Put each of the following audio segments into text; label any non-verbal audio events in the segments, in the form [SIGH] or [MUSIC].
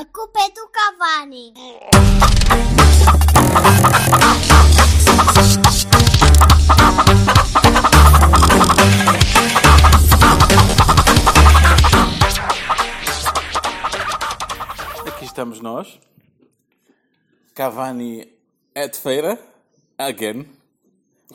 A culpa é do Cavani. Aqui estamos nós. Cavani é de feira. Again.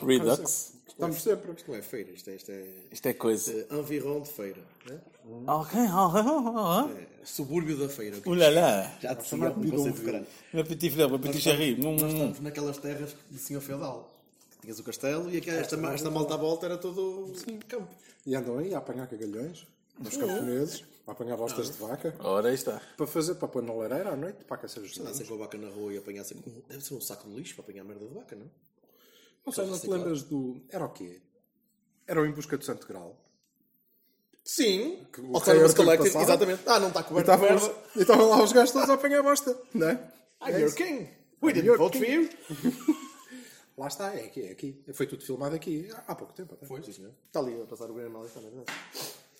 Redux. Estamos sempre. Isto não é feira, isto é, isto é Isto é coisa. eh, environ de feira. Né? É Ok, [LAUGHS] oh, ok, ok. Subúrbio da feira. ok? Ulala. Já te sabia um conceito de caralho. Le petit fleur, le petit chéri. Hum, Nós hum, hum. estamos naquelas terras de senhor feudal. que Tinhas o castelo e aqui esta, ma- esta malta à volta era todo campo. E andam aí a apanhar cagalhões dos é. camponeses, a apanhar Ah. bostas de vaca, Ora, aí está. para fazer, para pôr na lareira à noite, para aquecer os Andassem leões. com a vaca na rua e apanhassem. com- Deve ser um saco de lixo para apanhar merda de vaca, não? é? Não sei, não te lembras do... Era o quê? Era o Em Busca do Santo Grau. Sim! Que- o Autonomous Rei Arthur Collective, passava. exatamente. Ah, não está E coberto de estavam merda. os- e estavam lá os gajos todos a apanhar bosta, não é? Ah, I'm your Ah, king! We I'm didn't your vote for you! Lá está, é aqui, é aqui. Foi tudo filmado aqui há há pouco tempo. até. Foi, sim, senhor. Está ali a passar o grande mal também, não é?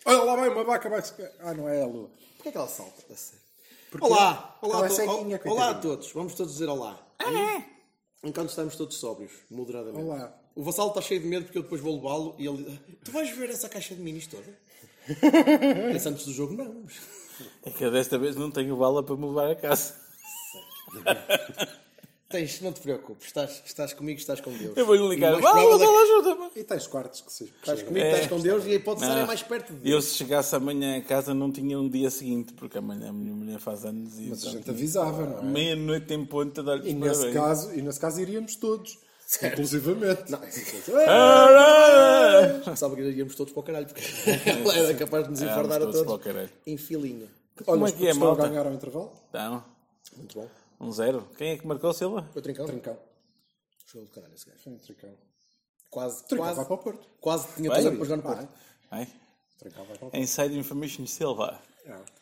Olha lá vai uma vaca, vai se... Ah, não é a lua. Porquê é que ela salta? A sério? Olá! Olá, Ela é a to- ceguinha, o- olá a coitadinha. todos! Vamos todos dizer olá. Ah, Hum? é? Enquanto estamos todos sóbrios, moderadamente. Olá. O Vassalo está cheio de medo porque eu depois vou levá-lo e ele... Tu vais ver essa caixa de [LAUGHS] minis toda? Essa antes do jogo? Não. É que eu desta vez não tenho bala para me levar a casa. [LAUGHS] Tens, não te preocupes. Estás, estás comigo, estás com Deus. Eu vou-lhe ligar. O mais Bala, provável é bala, ajuda-me. E tens quartos que se... que Estás comigo, estás com Deus e a hipótese Não. é mais perto de E Deus. eu se chegasse amanhã a casa não tinha um dia seguinte, porque amanhã a minha mulher faz anos e Mas a então, gente avisava, não é? meia-noite em ponta dar-lhe E os nesse, parabéns. caso, e nesse caso iríamos todos. Inclusivamente. [LAUGHS] É, Ora! Sabe que iríamos todos para o [LAUGHS] caralho, porque ela era capaz de nos enfardar a todos todos. para o caralho. Em filinha. Como é Olha, que é, estão a malta? ganhar ao intervalo? Então, Muito bom. um zero. Quem é que marcou, Silva? Foi trincão? Trincão. Show do caralho esse gajo. Sim, trincão. Quase, Trincão quase. vai para o Porto. Ah, é? Quase tinha Vai? tudo para jogar no Porto. Ai, Trincão vai para o Porto. é Inside Information Silva. Ah, É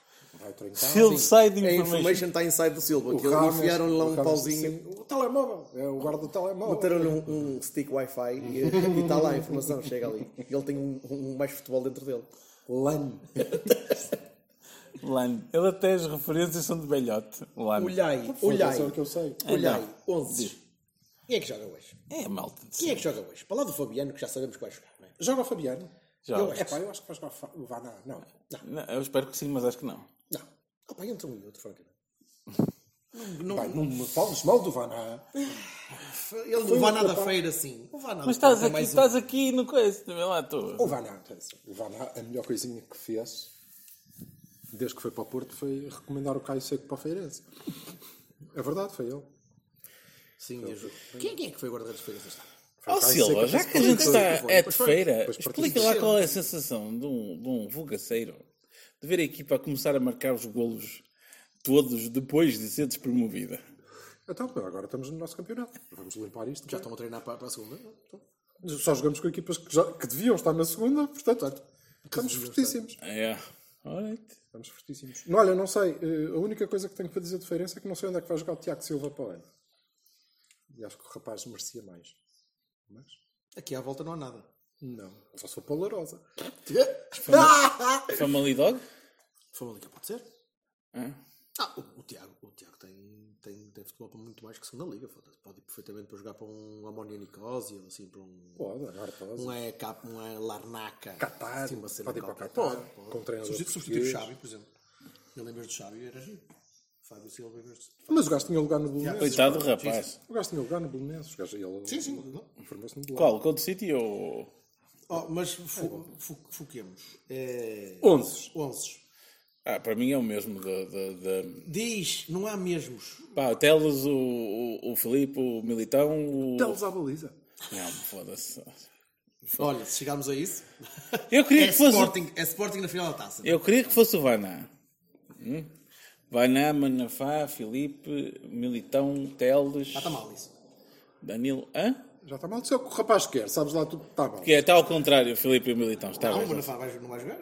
Vai trincar. Silva Side A Information. information está inside do Silva. Que eles Ramos- enfiaram-lhe lá um o Ramos, pauzinho. sim. O telemóvel. É o guarda do telemóvel. Meteram-lhe um, um stick Wi-Fi e e está lá a informação, chega ali. E ele tem um, um mais futebol dentro dele. LAN. Lano. Ele até as referências são de belhote. Lano. Olhai, Foda-se, olhai, É o que eu sei. olhai, Então, 11. Quem é que joga hoje? É malta de Quem é cima. que joga hoje? Para lá do Fabiano, que já sabemos que vai jogar. Não é? Joga o Fabiano. Joga. É pá, eu acho que vai jogar o Fa- o Vaná. Não. Não, eu espero que sim, mas acho que não. Não. Ah, pá, entra um e outro, Franca. Não, não me fales mal do Vaná. Ele não vai nada feira assim. Não vai nada Mas estás feira, aqui, mais um. estás aqui no coisa. Vê lá tu. O Vaná. atenção, O Vaná, a melhor coisinha que fez, desde que foi para o Porto, foi recomendar o Caio Seco para o Feirense. É verdade, foi ele. Sim, eu juro. Quem, quem é que foi o guarda-redes de feira? esta tarde? Ó Caio Silva, Seco, já que a gente está é de feira, Pois foi. explica lá qual é a sensação de um, de um vogaceiro de ver a equipa a começar a marcar os golos todos depois de ser despromovida. Então, agora estamos no nosso campeonato. Vamos limpar isto. Já estão a treinar para, para a segunda? Então, Só jogamos com equipas que, já- que deviam estar na segunda, portanto, estamos fortíssimos. É, alright. Estamos fortíssimos. Não, olha, não sei. eh, A única coisa que tenho para dizer de diferença é que não sei onde é que vai jogar o Tiago Silva para o ano. E acho que o rapaz merecia mais. Mas, Aqui à volta não há nada. não. Só sou para o Larosa. Family [LAUGHS] Dog? Famalicão pode ser? É? Hã? Ah, o, o Tiago, o Tiago tem, tem, tem futebol para muito mais que segunda liga. foda-se. Pode ir perfeitamente para jogar para um Amónia Nicosia, ou assim, para um. Pode, agora pode. Um é, cap, um é Larnaca. Qatar. Assim, uma cena Pode ir para o qualquer. Qatar, Pode, pode. com um treinador Substituir substituir o português. Xavi, por exemplo. Ele em vez de Xavi era giro. Fábio Silva em vez de. Mas o gajo tinha lugar no Belenenses. Coitado do rapaz. O gajo tinha lugar no Belenenses. O gajo- ele- Sim, sim. não. Formou-se no Belenenses. Qual? Cold City ou... Oh, mas É fo, fo, foquemos. É... Onzes. Onzes. Ah, para mim é o mesmo da... da- da- Diz, não há mesmos. Pá, o Teles, o, o, o Filipe, o Militão, o... Teles à Então, baliza. Não, foda-se. Olha, se chegarmos a isso. Eu queria é, que fosse... Sporting, é Sporting na final da taça. Eu queria que fosse o Vaná. Hum? Vaná, Manafá, Filipe, Militão, Teles, Já está mal isso. Danilo. Hã? Já está mal do céu que o rapaz quer, sabes lá tudo tá que está mal. Que é, está ao contrário, Filipe e o Militão. Está Não, bem, Ah, mas não já. vai, vai- não vai jogar?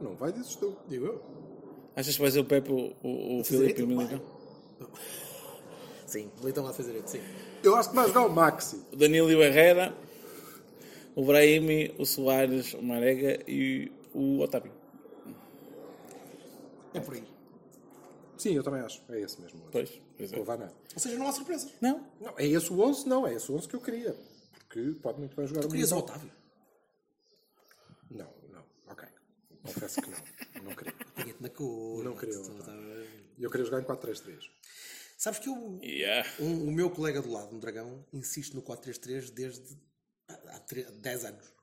Não vai desistir. Digo eu. Achas que vai ser o Pepe, o, o, o Filipe e o direito, Militão? Sim, É Leitão vai então fazer direito, sim. Eu acho que vai jogar o Maxi. O Danilo e o Herrera, o Brahimi, o Soares, o Marega e o Otávio. É por aí. Sim, eu também acho. É esse mesmo. Pois, pois é. Ou vai não. Ou seja, não há surpresas. Não? Não, é esse o 11? Não, é esse o 11 que eu queria. Porque pode muito bem jogar Tu o querias o Militão. Otávio. Não, não. Ok. Confesso que não. Não queria. Peguei-te na cor. Não queria o Tu tava- Eu queria jogar em 4-3-3. Sabes que eu, Yeah. um- o meu colega do lado, um dragão, insiste no 4-3-3 desde há 10 anos.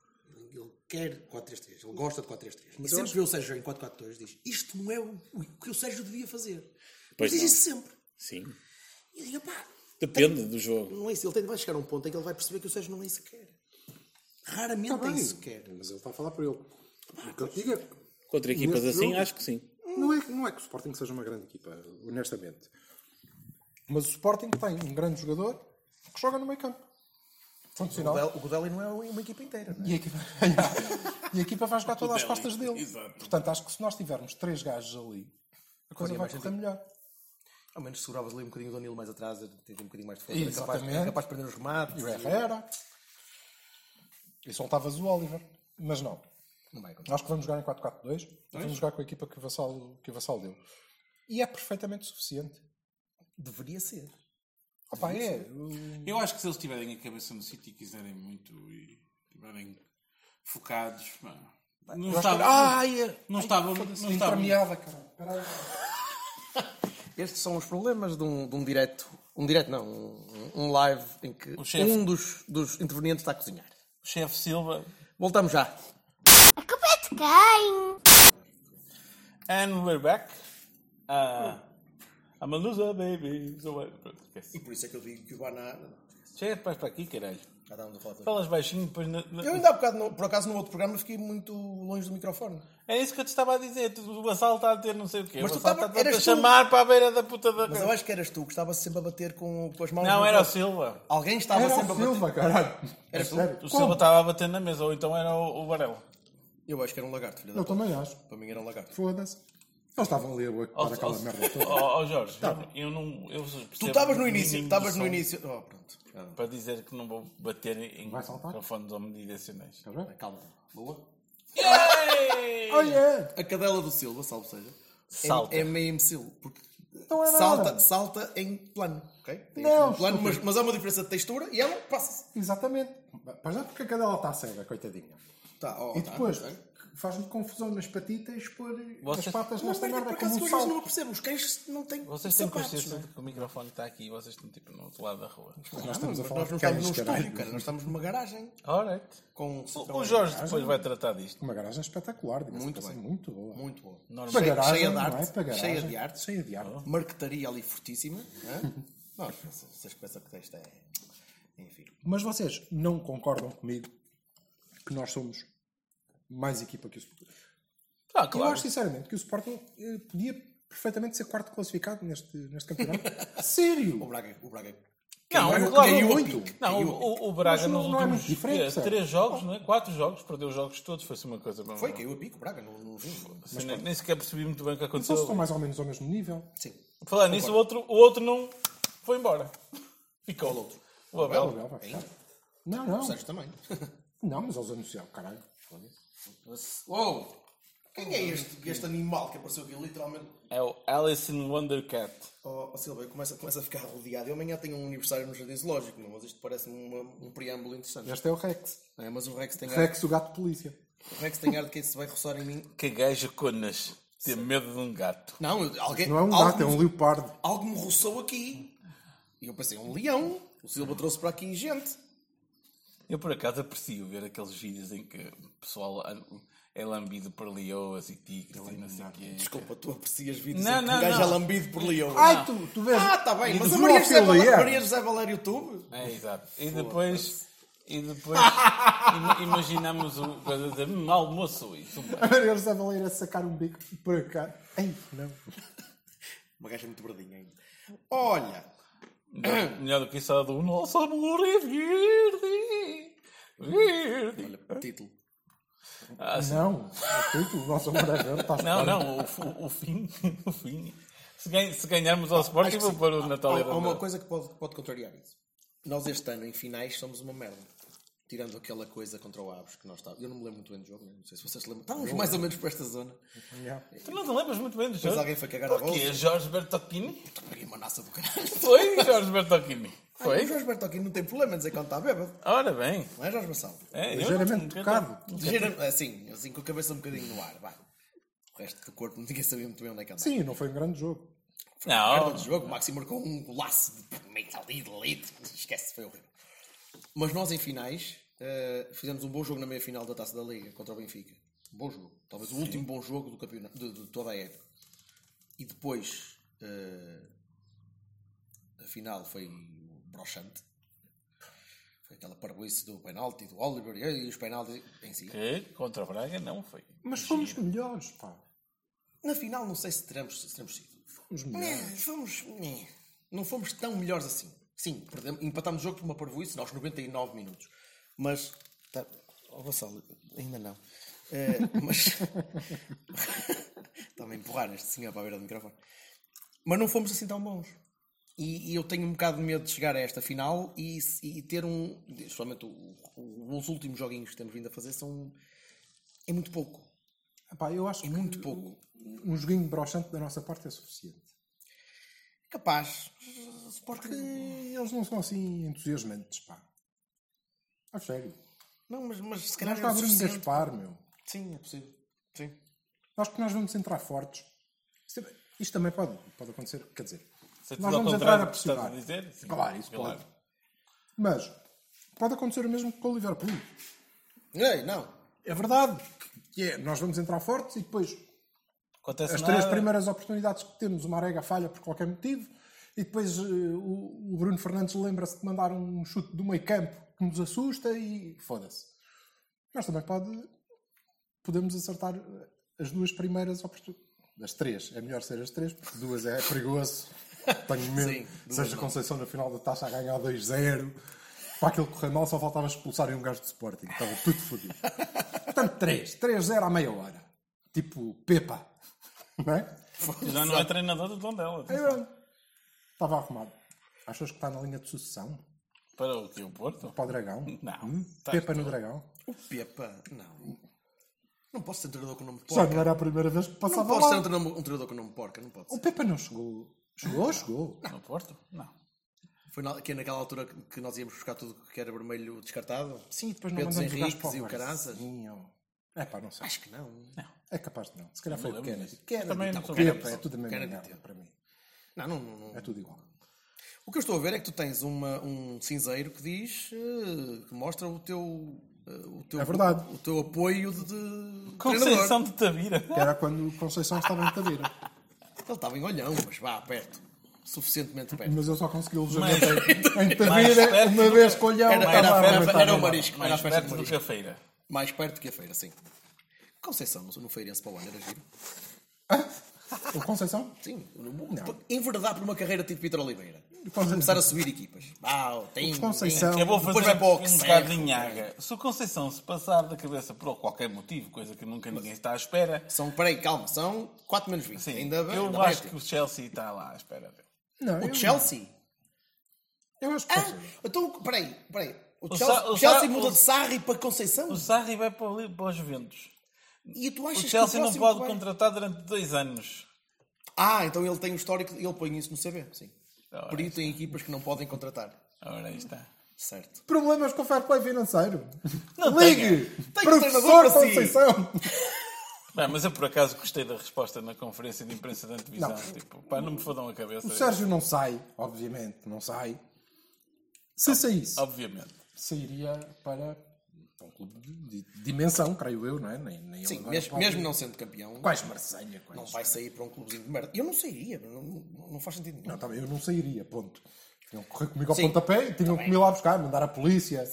Ele quer 4-3-3, ele gosta de 4-3-3. Mas sempre que vê o Sérgio jogar em 4-4-2 diz isto não é o, o que o Sérgio devia fazer. Pois Mas diz não. isso sempre. Sim. E eu digo, pá, Depende do jogo. não é isso. Ele tem, vai chegar a um ponto em que ele vai perceber que o Sérgio não é isso que quer. Raramente é isso que quer. Mas ele está a falar por ele. O que eu te digo é que Contra equipas Nesse assim, jogo- acho que sim. não é, não é que o Sporting seja uma grande equipa, honestamente. Mas o Sporting tem um grande jogador que joga no meio campo. Ponto final. O Godelli não é uma equipa inteira. Não é? E a, equipa, [LAUGHS] e a equipa vai jogar todas as costas dele. Portanto, acho que se nós tivermos três gajos ali, a coisa vai Faria mais correr sentido. melhor. Ao menos seguravas ali um bocadinho o Danilo mais atrás, tem um bocadinho mais de força. É capaz, Exatamente. é capaz de perder os remates. E o Herrera. E soltavas o Oliver. Mas não. Não vai acontecer. Acho que vamos jogar em 4-4-2. é Vamos jogar com a equipa que o, Vassal, que o Vassal deu. E é perfeitamente suficiente. Deveria ser. Opa, é. Eu acho que se eles tiverem a cabeça no sítio e quiserem muito e estiverem focados, mano, não Eu acho que- estava. Ah, Ai, é. não estava. Foda-se, Não estava. Entrameada, cara. Peraí. Estes são os problemas de um, de um direto. Um direto, não. Um, um live em que chefe. um dos, dos intervenientes está a cozinhar. O chefe Silva, Voltamos já. Que pé de quem? and we're back. Ah, I'm a loser, baby. So what- pronto, esquece. Por isso é que eu digo que o Baná. Chega de paz para aqui, caralho. Já estávamos a falar de- Falas baixinho, depois. na- na- Eu ainda há bocado, no- por acaso, no outro programa fiquei muito longe do microfone. É isso que eu te estava a dizer. Tu- O Gonçalo está a ter não sei o quê. Mas o tu Gonçalo estava- está a eras te tu. chamar para a beira da puta da. Mas eu acho que eras tu que estava sempre a bater com, com as mãos. Não, no era o microfone. Silva. Alguém estava Era sempre o a bater. Silva, caralho. Eras tu? O Silva estava a bater na mesa, ou então era o, o Varela. Eu acho que era um lagarto, filha da Eu puta. também acho. Para mim era um lagarto. Foda-se. Eles estavam ali a Ó, boicotar ó, aquela merda toda. ó, ó, Jorge, eu, eu não. Eu Tu estavas no início, estavas no início. Oh, pronto. Ah, Para dizer que não vou bater em Vai saltar? microfones Tá omnidirecionais. Calma. Boa. Oh, Yay! Olha! A cadela do Silva, salvo seja, é- Salta. é, meio imbecil. Porque Não é nada. salta, salta em plano, ok? Tem Não, um plano, mas, estúpido. mas há uma diferença de textura e ela passa-se. Exatamente. Para já porque a cadela está cega, coitadinha. Tá, ó, E tá, depois tá. faz-me confusão nas patitas pôr Vocês- as patas Não, nesta merda, merda por como acaso um que hoje não salto. percebo. Os cães não têm Vocês têm sapatos, consciência não é? Então de que o microfone está aqui e vocês estão tipo no outro lado da rua. Nós estamos a falar Nós de não estamos num cães, um estúdio, caralho. cara. Nós estamos numa garagem. Alright. Com O o Jorge depois vai tratar disto. Uma garagem espetacular, diga-se de passagem, muito boa. Muito boa. Normal. Para Cheia- garagem, cheia de não é? arte, Para garagem. cheia de arte. Cheia de Oh. arte. Marquetaria ali fortíssima. hã? Nós, vocês pensam que isto é... Enfim. Mas vocês não concordam comigo que nós somos mais equipa que o Sporting? Ah, Eu claro. acho sinceramente que o Sporting eh, podia perfeitamente ser quarto classificado neste, neste [LAUGHS] campeonato. Sério! O Braga, é- o Braga Não, Caiu- claro. caiu a muito. pique, Não, caiu o- a o, o Braga Mas não- nos não é muito últimos diferente, eh, sabe? três jogos, não é? Quatro jogos, perdeu os jogos todos, foi assim uma coisa. Foi, caiu a pico, o Braga. Não, não viu. Assim, nem, nem sequer percebi muito bem o que Mas eles aconteceu. estão mais ou menos ao mesmo nível. Sim. Falar nisso, o outro, o outro não foi embora. [LAUGHS] Ficou. O outro. O Ah, Abel. legal, vai ficar. Não, não. O Sérgio também. Não, mas eles anunciaram, caralho. foda-se. [LAUGHS] Uou! Quem é este, este animal que apareceu aqui literalmente? É o Alice in Wondercat. Oh, oh Silva, eu começo, começo a ficar rodeado. Eu amanhã tenho um aniversário no Jardim Zoológico, meu, mas isto parece-me uma- um preâmbulo interessante. Este é o Rex. É, mas o Rex tem ar, Rex, o gato polícia. o Rex tem ar de que se vai roçar em mim. Que gajo conas. Ter medo de um gato. Não, eu- alguém. Não é um algo gato, é me- um leopardo. Algo me roçou aqui. E eu pensei, um leão. O Silva trouxe para aqui gente. Eu por acaso aprecio ver aqueles vídeos em que o pessoal an- é lambido por leoas e tigres é e não sei o quê. Desculpa, tu aprecias vídeos Não, em que não, um gajo não. é lambido por leão. Ai, tu, tu vês. Ah, tá bem, E mas de a Maria José, zoofilia. Val- Maria José Valério Tube? É, exato. E depois. E [LAUGHS] depois ima- imaginamos o coisa de "Hum, almoço e tudo [LAUGHS] A Maria José Valeira a sacar um bico por cá. Ai, não. Uma gaja muito verdinha ainda. Olha, Melhor, melhor do que isso, a do nosso amor é verde. Verde. Olha, título. Ah, Assim. sim. Não, é tudo. O nosso amor é verde. Estás Não, não, o, fu- o fim. [LAUGHS] O fim. Se, ganha- se ganharmos ao Sporting, vou pôr o Natal há, e há uma coisa que pode, pode contrariar isso. Nós este ano, em finais, somos uma merda. Tirando aquela coisa contra o Aves que nós estávamos. Eu não me lembro muito bem do jogo, né? não sei se vocês se lembram. Estávamos mais ou menos para esta zona. Tu não te lembras muito bem do Jorge? alguém foi cagar a Porquê? bola. Jorge Bertocchini? Peguei uma naça do caralho. Foi Jorge [LAUGHS] Bertocchini. Foi? Foi? o Jorge Bertocchi não tem problema em dizer quando está bêbado. Ora bem. Não é, Jorge Marçal? É, eu ligeiramente nunca- tocado. Gira, assim, assim, com a cabeça um bocadinho no ar, vá. O resto do corpo ninguém sabia muito bem onde é que andava. Sim, não foi um grande jogo. Merda Não, de jogo, o Maxi marcou um golaço de meio ali, de leite, esquece, foi horrível. Mas nós em finais eh, fizemos um bom jogo na meia-final da Taça da Liga contra o Benfica. Um bom jogo. Talvez o último bom jogo do campeonato, de, de toda a época. E depois eh, a final foi broxante. Foi aquela parboice do penalti do Oliver e os penaltis em si. que contra o Braga não foi. Mas fomos melhores, pá. Na final não sei se teremos, se teremos sido. Fomos Né, melhores. fomos. né. Não fomos tão melhores assim. Sim, perdemos, empatámos o jogo por uma parvoíce aos 99 minutos. Mas. Tá, oh, Vassal, ainda não. Eh, [LAUGHS] mas. Está-me a empurrar este senhor para a beira do microfone. Mas não fomos assim tão bons. E, e eu tenho um bocado de medo de chegar a esta final e, se- e ter um. Somente os últimos joguinhos que temos vindo a fazer são. É muito pouco. Epá, eu acho que É muito pouco. um joguinho broxante da nossa parte é suficiente. É Capaz. Porque eles não são assim entusiasmantes, pá. A sério. Não, mas, mas se Nós calhar. é o estávamos a suficiente. Gaspar, meu. Sim, é possível. Sim. Nós que nós vamos entrar fortes. Isto- é Isto também pode, pode acontecer. Quer dizer, Se é tudo nós ao vamos entrar contrário a do que estás pressionar. a dizer, sim, claro, isso claro. pode. Mas pode acontecer o mesmo com o Liverpool. Ei, não. É verdade. Que é, nós vamos entrar fortes e depois Acontece As nada. três primeiras oportunidades que temos, uma arega falha por qualquer motivo, e depois eh, o, o Bruno Fernandes lembra-se de mandar um chute do meio campo que nos assusta e foda-se. Nós também pode, podemos acertar eh, as duas primeiras oportunidades. As três, é melhor ser as três, porque duas é [LAUGHS] perigoso. Tenho medo. Sim, duas Seja não. Conceição na final da taxa a ganhar 2-0. Para aquilo correr mal, só faltava expulsarem um gajo de Sporting. Estava tudo [LAUGHS] fodido. Portanto, 3. 3-0 à meia hora. Tipo, Pepa. [LAUGHS] Não é? Já não é treinador do tom dela. Aí, pronto. Estava arrumado. Achas que está na linha de sucessão? Para o que? O Porto? Para o Dragão? Hum? Não. Tá- Pepa no Dragão? O Pepa, não. Não posso ser um treinador com o nome de Já porca. não era a primeira vez que Não passava posso ser um lá. treinador, um treinador com o nome de porca, não pode O ser. Pepa não chegou. Chegou, chegou. No Porto? Não. Foi na, que é naquela altura que- que nós íamos buscar tudo que era vermelho descartado? Sim, depois não Pedro mandamos o gajo Henriques para e o Caraças? Barcinho. É pá, não sei. Acho que não. É capaz de não. Se calhar foi o lembro Kennedy. disso. Kennedy. Também tá, não sou Pepa, grande é tudo a mesma Kennedy, merda tio. para mim. Não, não, não, não. É tudo igual. O que eu estou a ver é que tu tens uma, um cinzeiro que diz eh, que mostra o teu. eh, o teu É verdade. O teu apoio de, de treinador. Conceição de Tavira. Que era quando o Conceição estava em [LAUGHS] cadeira. Ele estava em olhão, mas vá, perto. Suficientemente perto. Mas eu só consegui o Mais- alojamento em em mais Tavira perto uma do- vez com o Leão. Era- estava era- a era- arrebentar era o a bola. marisco. Era a Mais festa de perto do que marisco. a feira. Mais perto que a feira, sim. Conceição, não feirense para o ano, era giro. O Conceição? Sim, enverdar por uma carreira tipo Peter Oliveira. Conceição. Começar a subir equipas. Uau, tem. O Conceição. tem- Eu vou Então, Depois fazer vai para o um Oxer. bocado de nhaga. Se o Conceição se passar da cabeça por qualquer motivo, coisa que nunca ninguém está à espera, São, peraí, calma, são 4 menos 20. sim, ainda bem. eu ainda acho bem. que o Chelsea está lá à espera dele. Não, O eu, Chelsea. eu acho que Ah, Conceição. então, peraí, peraí. O, O Chelsea, Sa- o o Chelsea Sa- muda o- de Sarri para Conceição? O Sarri vai para, ali, para os Juventus. e tu O achas que o Chelsea não próximo pode que vai- contratar durante dois anos. Ah, então ele tem o histórico, ele põe isso no CV, sim. Ora, Por isso tem equipas que não podem contratar. Ora, aí está. Certo. Problemas com o fair play financeiro. Não Ligue! Tenha Professor um treinador para si. Conceição! Bem, mas eu por acaso gostei da resposta na conferência de imprensa da televisão. Não. Tipo, pá, não me fodam a cabeça. O Sérgio não sai, obviamente, não sai. Se saísse, Obviamente. sairia para um clube de, de dimensão, creio eu, não é? Nem, nem ele Sim, agora mesmo, pode- mesmo não sendo campeão, Quais Marselha, quais. não Não, vai sair para um clubezinho de merda. Eu não sairia, não, não- não faz sentido nenhum. [LAUGHS] tá bem, eu não sairia, ponto. Tinham que correr comigo ao Sim, Tá pontapé e tinham que me ir lá buscar, mandar a polícia.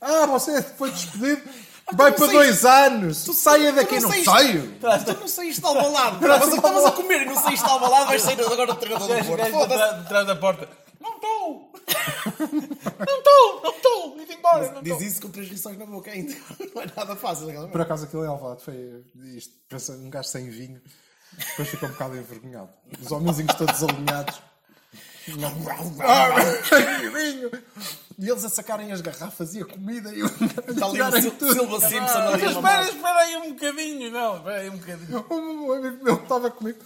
Ah, você foi [LAUGHS] despedido, vai Ah, não para saíste. dois anos, tu saia tu daqui, não não, saíste. saio! Tu não saíste de Albalado. Estavas a comer e não saíste de Albalado, vais sair agora do treinador do Os Porto. gajos de Foda-se. trás- de trás da porta. Não [LAUGHS] estou! não estou! Não estou! Indo embora! Não Diz estou! isso com três lições na boca ainda. [LAUGHS] Não é nada fácil. aquela Por merda. acaso aquilo é Alvalade foi isto, pensa, um gajo sem vinho, depois fica um bocado envergonhado. Os homenzinhos todos alinhados. Ah, vinho! [LAUGHS] E eles a sacarem as garrafas e a [LAUGHS] comida e o Está [LAUGHS] ali o Sil- Silva Simpson Mas ali a mamar. espera, espera aí um bocadinho, não, espera aí um bocadinho. Um amigo meu que estava comigo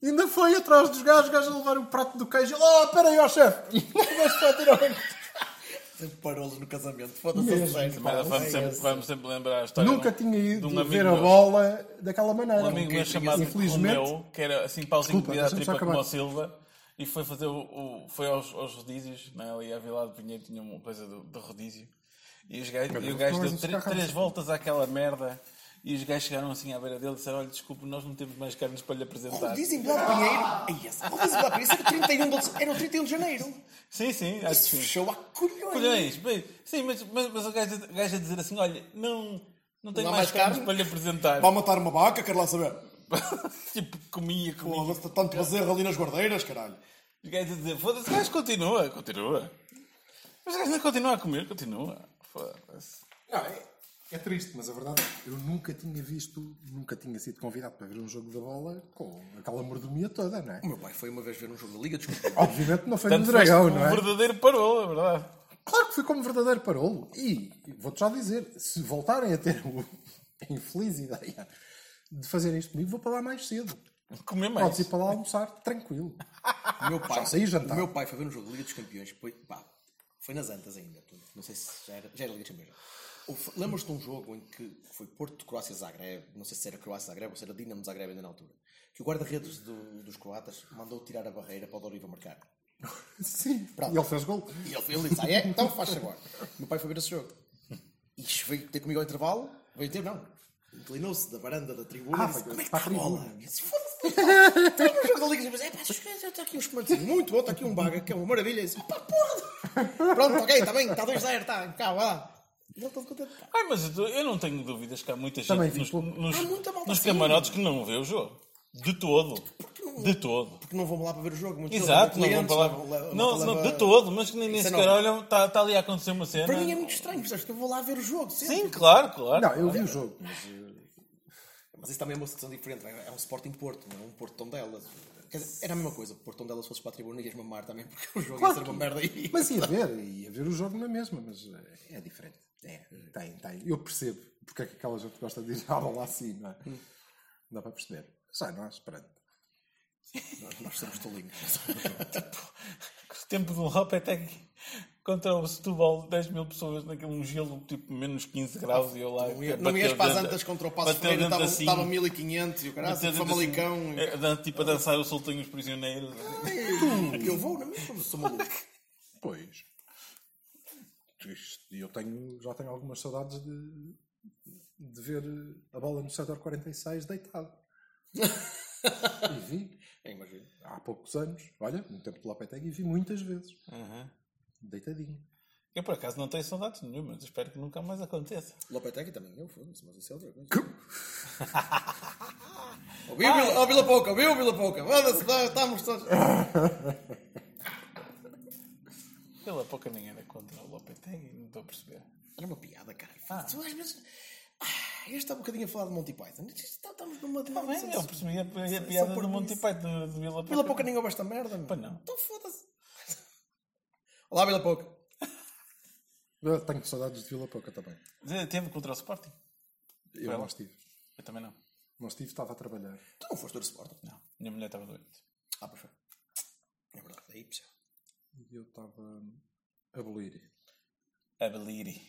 ainda foi atrás dos gajos, os gajos a levar o prato do queijo. Ele, Oh, peraí, ó chefe! [LAUGHS] O gajo está a tirar o- Ah. Parou-lhe no casamento. Foda-se a sério. Mas pá, vamos é sempre, esse. vamos sempre lembrar a história. Nunca de um- tinha ido de um amigo ver a meu. bola daquela maneira. Um amigo meu chamado Infelizmente, Romeu, que era assim pauzinho Desculpa, de à deixa-me tripa só como o acabar. Silva, e foi fazer o, o- foi aos, aos rodízios, né? ali à Vila do Pinheiro tinha uma coisa do, do rodízio, e, os gajos, e o gajo mas deu os tre- carros- três voltas àquela merda, e os gajos chegaram assim à beira dele e disseram, olha, desculpe, nós não temos mais carnes para lhe apresentar. Dizem Belo Pinheiro. Ai, esse. Dizem Belo Pinheiro. Isso era 31 de- Era o 31 de janeiro. Sim, sim, acho Isso que sim. fechou a colhões. Colhões, bem, sim, mas, mas, mas o gajo, o gajo a dizer assim, olha, não, não tenho há mais mais carnes carne? para lhe apresentar. Vá matar uma vaca, quero lá saber. [LAUGHS] tipo, comia, comia. Pô, está tanto bezerro ali nas guardeiras, caralho. Os gajos a dizer, foda-se, o gajo continua, continua. Mas o gajo não continua a comer, continua. Foda-se. Um Não, é, é triste, mas a verdade é que eu nunca tinha visto, nunca tinha sido convidado para ver um jogo da bola com aquela mordomia toda, não é? O meu pai foi uma vez ver um jogo da [LAUGHS] Liga dos Campeões. Obviamente não foi no Tanto Dragão, foste não é? um verdadeiro parou, é verdade. Claro que foi como verdadeiro parolo. E vou-te já dizer, se voltarem a ter [LAUGHS] o- a infeliz ideia de fazer isto comigo, vou para lá mais cedo. Comer mais. Podes ir para lá almoçar, tranquilo. O meu pai, Oh, Já saí jantar. o meu pai foi ver um jogo da Liga dos Campeões. Foi, pá, foi nas Antas ainda. portanto, Não sei se já era, já era Liga dos Campeões. Ou foi- Lembras-te de um jogo em que foi Porto, Croácia, Zagreb. Não sei se era Croácia, Zagreb ou se era Dinamo, Zagreb ainda na altura. Que o guarda-redes do- dos croatas mandou tirar a barreira para o Doriva marcar. [LAUGHS] Sim, Pronto. e ele fez gol. E ele, ele disse, ah é? Então faz favor. Meu pai foi ver esse jogo. E veio ter comigo ao intervalo. Veio ter, não. Inclinou-se da varanda da tribuna Ah, e disse, foi como é que para está a a tribuna. bola? E disse, foda-se. Tem um jogo da Liga. Mas, é pá, está aqui uns comandos. Muito bom, está aqui um baga, que é uma maravilha. E disse, pá, porra. Pronto, ok, está bem, tá está 2-0, está, cá, vá lá. E ele está contente. pá. Ai, Ah, mas eu, tô- eu não tenho dúvidas que há muita gente Também vi nos, pouco. nos- Há muita malta nos assim. camarotes que não vê o jogo. De todo. De todo. Porque não vamos lá para ver o jogo. muitos Exato, não clientes, vão falar. levam- levam- Não, não, levam- de todo, mas nem, nem Isso é sequer normal. olham, está tá ali a acontecer uma cena. Para mim é muito estranho, percebes? Que eu vou lá ver o jogo. sempre. Sim, claro, claro. Não, eu vi o jogo, mas Mas isso também é uma situação diferente, não é É um Sporting Porto, não é um Porto Tondela. Quer dizer, era a mesma coisa, Porto Tondela se fosse para a tribuna ias mamar também, porque o jogo ia ser uma merda aí. Mas ia ver, ia ver o jogo na mesma, mas eh, é diferente. É, tem, tem. Eu percebo porque é que aquela gente gosta de ir à bola assim, não é? Dá para perceber. Sai, não é? Esperando. Nós, nós somos tolinhos. O tempo de um Hopetec contra o Setúbal, 10 mil pessoas naquele um gelo tipo menos 15 graus e eu lá. Não, ia, não bateu ias para as dentro- antas contra o Passo bateu Ferreira, dentro estava assim, estava 1500 e o caralho, bateu dentro tipo, Famalicão. assim, é, dan- tipo a dançar o soltinho os prisioneiros. Ai, Eu vou na mesma, [LAUGHS] sou maluco. Pois. Isto, E eu tenho, já tenho algumas saudades de, de ver eh, a bola no setor 46 [LAUGHS] deitado. e vi É, imagino. há poucos anos, olha, no tempo do Lopetegui, vi muitas vezes, Uhum. deitadinho. Eu por acaso não tenho saudades nenhumas, espero que nunca mais aconteça. Lopetegui também, eu foda-se, mas isso é outra coisa. [LAUGHS] Ouviu, Ah. Vila- ó, Vila Pouca, ouviu, Vila Pouca? Foda-se, tá- estamos todos. [LAUGHS] Pela pouca ninguém era contra o Lopetegui, não estou a perceber. Era uma piada, caralho. Tu às vezes. Ah, eu estava um bocadinho a falar de Monty Python. Está- Estamos numa. Está Tá bem, é um eu percebi a, a só piada é, por do Monty isso. Python de, de Vila Pouca. Vila Pouca nem ouve esta merda, meu. Pois não. Então foda-se. [LAUGHS] Olá, Vila Pouca. Eu tenho saudades de Vila Pouca também. Teve contra o Sporting? Eu não estive. Eu também não. Não estive, estava a trabalhar. Tu não foste do Sporting? Não, minha mulher estava doente. Ah, pois foi. É verdade, aí percebo. E eu estava a abolir. Abeliri.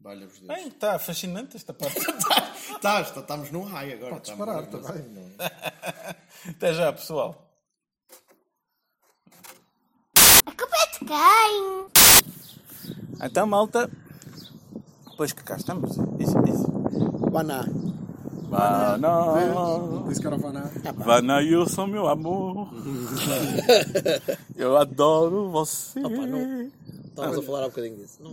Valha-vos Deus. Bem, está fascinante esta parte. [LAUGHS] Estás, tá- estamos num high agora. Podes tá parar então. maravilhoso. também. Não. é? Até já, pessoal. A culpa é de quem? Então, malta, pois que cá estamos. Isso, isso. Baná. Banana, Disse que era o Vaná. Banana, eu sou meu amor. eu adoro você. Estávamos a falar há bocadinho disso. Não,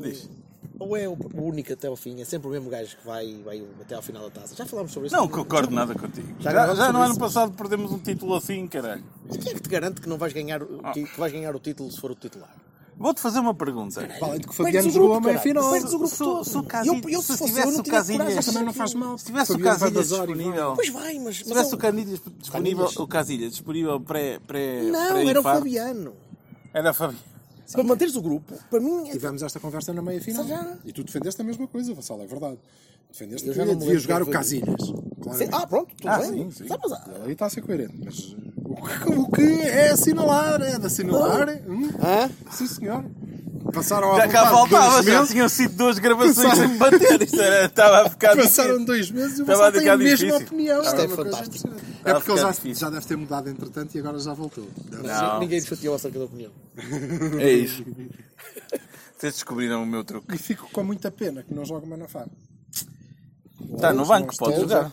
ou é o, o único até ao fim, é sempre o mesmo gajo que vai, vai até ao final da taça. Já falámos sobre isso. Não concordo nada contigo. Já Já, agora já no sobre ano isso. passado perdemos um título assim, caralho. E quem é que te garante que não vais ganhar, o- que, que vais ganhar o título se for o titular? Vou-te fazer uma pergunta. Além de que o Perdes Fabiano o grupo, jogou a meia caralho. final. Perdes o grupo Se- todo. se o Casilhas- Eu- eu, se se fosse eu, tivesse não o tinha Casilhas- coragem. Também não faz mal. Se tivesse o Fabiano vai Casilhas bazar e vai. disponível. Pois vai, mas... Se tivesse o mas é um- Candidas disponível, o Casilhas disponível pré, pré, Não, pré era o infarto, Fabiano. Era o Fabiano. Para manteres o grupo, para mim... é- Tivemos esta conversa na meia final. Já. E tu defendeste a mesma coisa, Vassal, é verdade. Defendeste Eu que já não me devia lembro jogar quem o foi. Casilhas. Sim, claramente. ah, pronto, tudo Ah, bem. sim, sim. Sabe, mas, ah, Aí está a ser coerente, mas o que, o que é assinalar? É de assinalar? Ah. Hum? Sim, senhor. Passaram Já à cá vontade faltava, dois já meses, tinham sido duas gravações Passaram- sem bater. Isto era- estava a ficar passaram difícil. dois meses e o Estava Vassal a tem ficar a mesma difícil. opinião. Isto é uma coisa fantástico. impressionante. Estava É a porque ele ficar já, difícil. já deve ter mudado entretanto e agora já voltou. Deve mas Não. Ninguém discutiu acerca da opinião. É isso. Vocês descobriram o meu truque. E fico com muita pena que não joga o Manafá. Está Tá, no banco, pode jogar.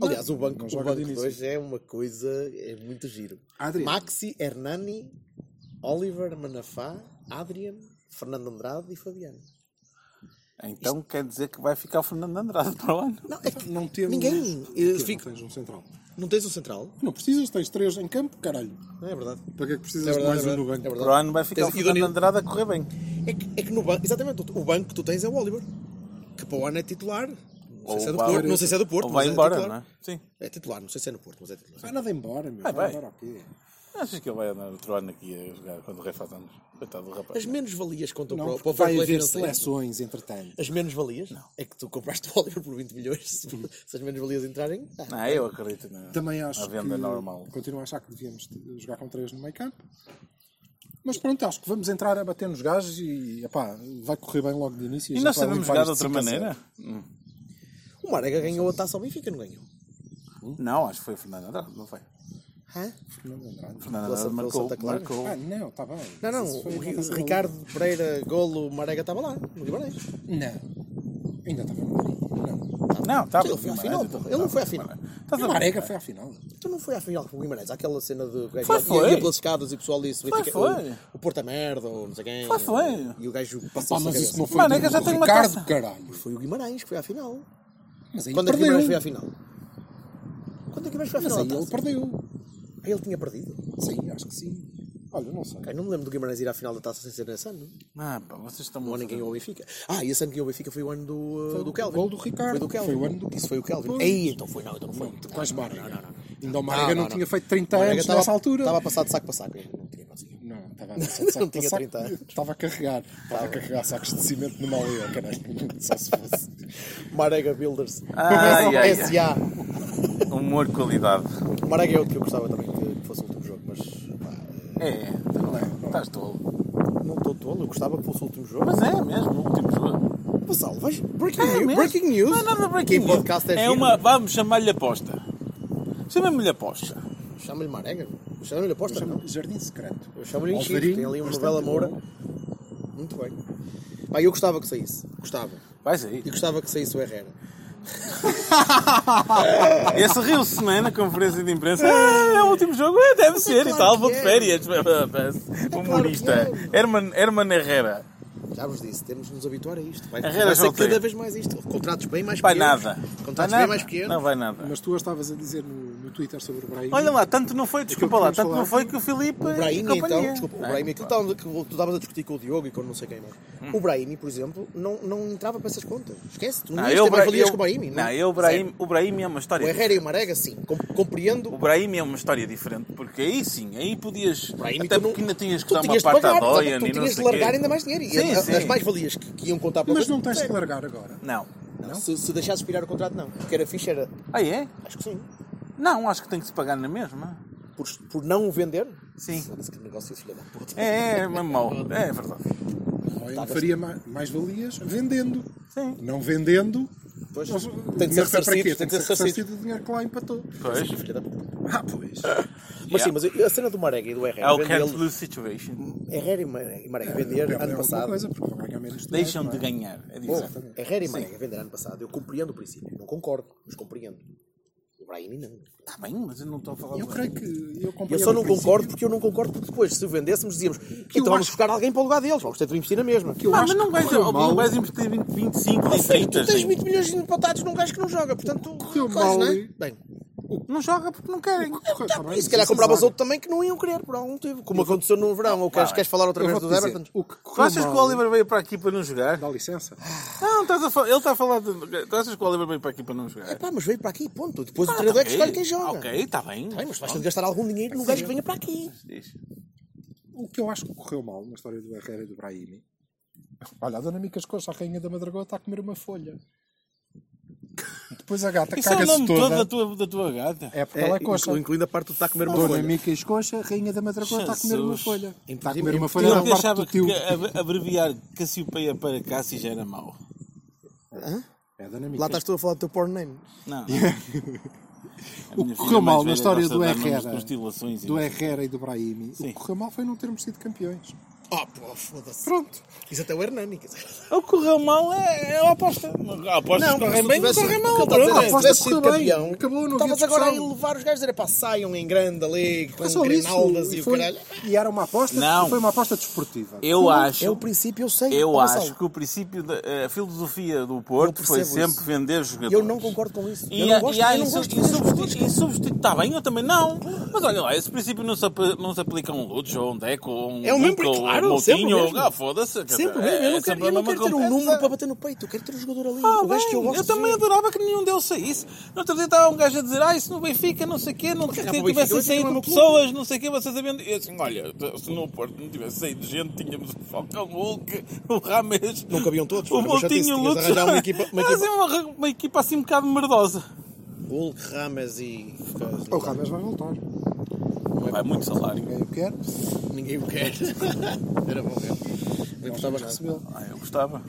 Aliás, o banco, não o joga banco de de início. hoje é uma coisa, é muito giro. Adriano. Maxi, Hernani, Oliver, Manafá, Adrian, Fernando Andrade e Fabiano. Então quer dizer que vai ficar o Fernando Andrade para o ano. Não, é que Não temos. ninguém. Porquê? Eu Não fico- tens um central. não tens um central, Não precisas, tens três em campo, caralho. não é verdade? Para que é que É precisas de verdade, mais é um no verdade, banco? é verdade. Para o ano vai ficar o Tens Fernando Idonil. Andrade a correr bem. É que, é que no banco, exatamente, o banco que tu tens é o Oliver, que para o ano é titular. Não sei, se é, do vai- Porto, não sei se é do Porto, Ou vai mas é embora, não titular. é? Sim. É titular, não sei se é no Porto, mas é titular. Vai nada embora, meu. Vai, vai vai. Então, embora o quê? Achas que ele vai andar outro ano aqui a jogar quando o rei faz anos? Coitado do rapaz. As menos-valias contam Não, para, o- porque para o fair vai play haver financeiro. seleções, entretanto. As menos-valias é que tu compraste o Oliver por 20 milhões. Se, se as menos-valias entrarem, dá. Não, eu acredito na, Também na acho venda que normal. continuo a achar que devíamos t- jogar com três no meio campo. Mas pronto, acho que vamos entrar a bater nos gajos e epá, vai correr bem logo de início. a E gente nós vai sabemos jogar limpar de isto outra 5 a 0. maneira? O Marega ganhou a taça ao Benfica, não ganhou? Hum? Não, acho que foi o Fernando Andrade, não foi? Hã? Não, Andrade. Fernando Pela Andrade Santa- marcou, pela Santa Clara? marcou. um. Ah, não, está bem. Não, não, Isso foi o uma coisa Ri- Ricardo Pereira, golo, Marega estava lá, no Guimarães. maluca. Não, ainda estava no Não. Não, tá está Ele foi à final, é pô. Ele não foi é à final. E o Marega foi à final. Tu não foi à final com o Guimarães, aquela cena de Foi, ia- foi. ia pelas escadas e o pessoal disse Benfica- foi. O, o Porto é merda, ou não sei quem. Foi, foi. E o gajo Pá, passou mas isso não foi Mano, é que do, já do tem uma Ricardo, taça. caralho. Foi o Guimarães que foi à final. Mas aí Quando é que o perdeu. um. Guimarães foi à final? Quando é que o Guimarães foi à Mas final? aí da ele taça? perdeu. Ah, ele tinha perdido. Sim, acho que sim. Olha, não sei. Eu não me lembro do Guimarães ir à final da taça sem ser nesse ano. Ah, pá, vocês estão O ano em que ganhou o Benfica. Ah, e esse ano que ganhou o Benfica foi o ano do, uh, do Kelvin. gol do Ricardo. Foi do Kelvin. Foi o ano do- Isso foi o Kelvin. Pois. Aí, então foi, não, então não foi. Tu Não, quase não, Marega. não, não, não. Ainda o Marega não, tinha feito 30 Marega anos estava- nessa altura. Estava a passar de saco para saco. né? Não tinha, não tinha. Não, [LAUGHS] estava a passar de saco Não para tinha saco. 30 anos. Estava a carregar. Estava a carregar sacos de cimento numa aldeia, caralho. Só se fosse. Marega Builders. Ai, ai, ai. SA. Humor de qualidade. Marega é outro que eu gostava também que que fosse o último jogo, mas pá, É, então é. Estás tolo. não estou tolo. Eu gostava que fosse o último jogo. Mas é mesmo, o último jogo. Vassal, vais. Breaking, É news, mesmo. breaking news. Não é nada breaking Que news. podcast é É giro. uma, vamos chamar-lhe aposta. Chama-me-lhe aposta. Chama-lhe Marega. não? Chama-lhe aposta, não. Jardim Secreto. um Eu chamo-lhe Enchido. Alvarinho, Tem ali uma bastante novela moura. bom. Muito bem. Pá, eu gostava que saísse. Gostava. Vai sair. E gostava que saísse o Herrera. Esse riu-se, não é? Na conferência de imprensa. Ah, é o último jogo, é, deve ser e claro tal. que Vou de é. férias. [LAUGHS] Humorista. que é. Herman, Herman Herrera. Já vos disse, temos de nos habituar a isto. Vai, Herrera vai ser solteiro. cada vez mais isto. Contratos bem mais Vai pequenos. nada. Vai Contratos bem mais nada. pequenos. Não vai nada. Mas tu estavas a dizer no, no Twitter sobre o Brahim. Olha lá, tanto não foi, desculpa que lá, queríamos tanto não falar. foi que o Filipe. O Brahimi, e companhia. então, desculpa, o Brahimi, aquilo estávamos- que tu estavas a discutir com o Diogo e com não sei quem mais. Hum. O Brahimi, por exemplo, não, não entrava para essas contas. Esquece, tu não, Não, ias eu, ter Bra... mais-valias eu... com o Brahimi. é? não, eu, Brahim, o Brahim é uma história. O Herrera e o diferente. Marega, sim, com- O compreendo. Brahim é uma história diferente, porque aí sim, aí podias. Brahimi, até tu não- porque ainda tinhas que tu dar uma tinhas de parte à pagar, tu- Doyen e Tu não tinhas de sei largar quê. ainda mais dinheiro. E Sim, a- a- sim. As mais-valias que, que iam contar para Mas vocês- não tens de largar agora. Não. Não, Se, se deixasses expirar o contrato, não. Porque era fixe, era. Ah, é? Acho que sim. Não, acho que tem que se pagar na mesma. Por, por não o vender? Sim. Foda-se, que negócio filha da puta. É, é, é mesmo mau. É verdade. Ou ele faria assim. mais, mais valias vendendo. Sim. Não vendendo. Pois, mas- tem de ser mas é para quê? ressarcido, Tem de ser ressarcido o dinheiro que lá empatou. Pois. Filha da puta. Ah, pois. [LAUGHS] Mas sim, mas eu- a cena do Marega e do É Herrera. o vender- can't lose situation. Herrera e Marega, e Marega vender Perdem ano alguma passado. Coisa, porque vai ganhar menos dinheiro, Deixam não é? de ganhar. É Bom, diferente. Herrera e Marega vender ano passado. Eu compreendo o princípio. Não concordo, mas compreendo. Eu Brahimi não. Está Tá bem, mas eu não estou a falar. Eu do- creio que. Eu, acompanhei Eu só no não princípio. concordo porque eu não concordo porque depois, se vendêssemos, dizíamos eu então vamos acho- buscar alguém para o lugar deles, vamos ter de investir na mesma. Que eu Ah, acho mas não que vais, correu mal. não vais investir 20, 25, nem Filho, 30. tu tens 20 milhões de empatados num gajo que não joga, portanto, Correu coisa, mal, não é? hein? Bem, Não joga porque não querem. Correu- tá tá, bem, e se calhar isso é compravas azar. outro também que não iam querer por algum motivo, como aconteceu no verão. Ou queres, bem. queres falar outra Eu vez vou-te dos dizer, Everton? o que correu Tu achas que o mal- Oliver veio para aqui para não jogar? Ah, Dá licença. Não, estás a fa- ele está a falar. De... Tu achas que o Oliver veio para aqui para não É jogar? Pá, mas veio para aqui, ponto. Depois o Ah, treinador é que ok. escolhe quem joga. Ok, está Tá bem. Bem, mas vais ter de gastar algum dinheiro num gajo que venha para aqui. Diz. O que eu acho que correu mal na história do Herrera e do Brahimi. Olha, a dona Micas Costa, a rainha da Madragoa, está a comer uma folha. Depois a gata Isso é o nome caga-se todo da toda. tua, da tua gata. É porque ela é coxa. Incluindo a parte do está a comer uma Dona folha. Micas Coxa, rainha da Madragoa, está a comer uma Jesus. folha. Está a princípio, comer uma em folha da Eu que é parte achava do que tio. ab- abreviar Cassiopeia para Cassi já era mau. É a dona Lá Micas. estás tu a falar do teu porn name. [LAUGHS] Não. O que É. correu mal na história do Herrera. Herrera, do Herrera e do Brahimi, o que correu mal foi não termos sido campeões. Oh, pô, foda-se. Pronto. Isso até o Hernani, quer dizer. O que correu mal é, é a aposta. A aposta Não, não, correm bem, tivesse, correm mal. o que pronto. ele está a dizer é, Aposta tivesse que sido correu bem. campeão, Acabou, não havia estavas agora a discussão. levar os gajos a dizer, pá, saiam em grande ali, com Foi só granaldas isso. um e E o foi- caralho. E era uma aposta, Não. foi uma aposta desportiva. Eu acho, É o princípio, eu sei. eu ó, acho Gonçalo, que o princípio, da, eh, a filosofia do Porto foi percebo sempre isso. vender jogadores. Eu não concordo com isso. E, eu há- não gosto, e, há- eu não e gosto su- de e ver substitu- jogadores. e substituto está bem, eu também não. Mas olha lá, esse princípio não se, apl- não se aplica a um Lutz ou a um Deco ou a um É o mesmo, Luca, ou claro, um sempre Moutinho. o ou- mesmo. Ah, foda-se. quer Sempre dizer, mesmo, eu é não quero, sempre eu a não mesma quero ter um conversa. número para bater no peito, eu quero ter um jogador ali, Ah, o gajo que eu bem, gosto eu também de ver. adorava que nenhum deles saísse. No outro dia estava um gajo a dizer, ah, isso no Benfica, não sei o quê, não para o se Benfica, tivessem hoje é o saído meu clube. pessoas, não sei o quê, vocês sabendo. E eu assim, olha, se no Porto não tivesse saído gente, tínhamos o Falcão, o Hulk, o Rames. Não cabiam todos, O era uma chatice, Moutinho, o tinhas de Lutz. arranjar uma equipa- uma Era equipa- assim, uma- uma equipa assim um bocado merdosa. Hulk, Ramas e... O Ramas vai voltar. Vai muito salário. Ninguém o quer. Ninguém o quer. Era bom ver. Não gostavas de recebê-lo. Ah, eu gostava.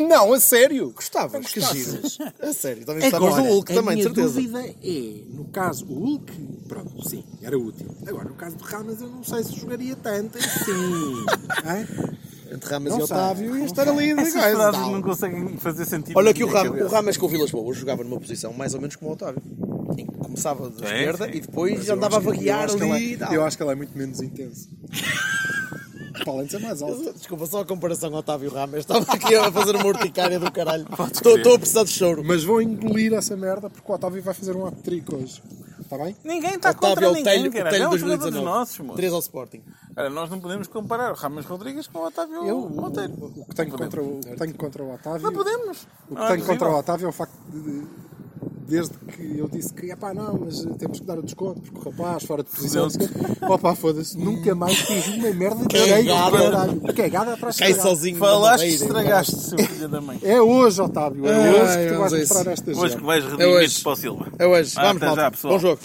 Não, a sério. Gostavas, que giras. A sério, também gostavas Agora, É do Hulk, a também, de minha certeza. dúvida é, no caso, o Hulk, pronto, sim, era útil. Agora, no caso de Ramas, eu não sei se jogaria tanto assim. Hã? Entre Ramas Não e sei. Otávio iam estar ali. de Essas coisa, frases tal. não É conseguem fazer sentido. Olha que o, na Ram, minha o Ramas com o Vilas Boas jogava numa posição mais ou menos como o Otávio. Em que Começava da Sim, esquerda sim. e depois andava a vaguear Eu acho que ali e ela é- Eu tal. acho que ela é muito menos intensa. [LAUGHS] Para além de ser mais alta. Desculpa, só a comparação com Otávio Ramas. Estava aqui a fazer uma urticária do caralho. Estou estou a precisar de choro. Mas vou engolir essa merda porque o Otávio vai fazer um hat-trick hoje. Está bem? Ninguém está Otávio é contra o Telho, ninguém, o cara. telho É de um jogador dos 2019. nossos, moço. Três ao Sporting. Ora, nós não podemos comparar o Ramos Rodrigues com o Otávio Eu, Monteiro. o que tenho contra o, o que tenho contra o Otávio. Não podemos. O que Ah, Não é tenho contra o possível. Otávio é o facto de, de- desde que eu disse que, pá, não, mas temos que dar o desconto, porque o rapaz, fora de posição, [LAUGHS] opá, foda-se, nunca mais fiz uma merda de Cagada. jeito, caralho. Cagada para Cai estragar. sozinho. Falaste que na madeira, estragaste, seu filho da mãe. É hoje, Otávio, é Ai, hoje que tu vamos vais a isso. mostrar esta Hoje gente. que vais É redimir hoje. isto para o Silva. É hoje. Ah, Vamos, até já, malta. pessoal. Bom jogo.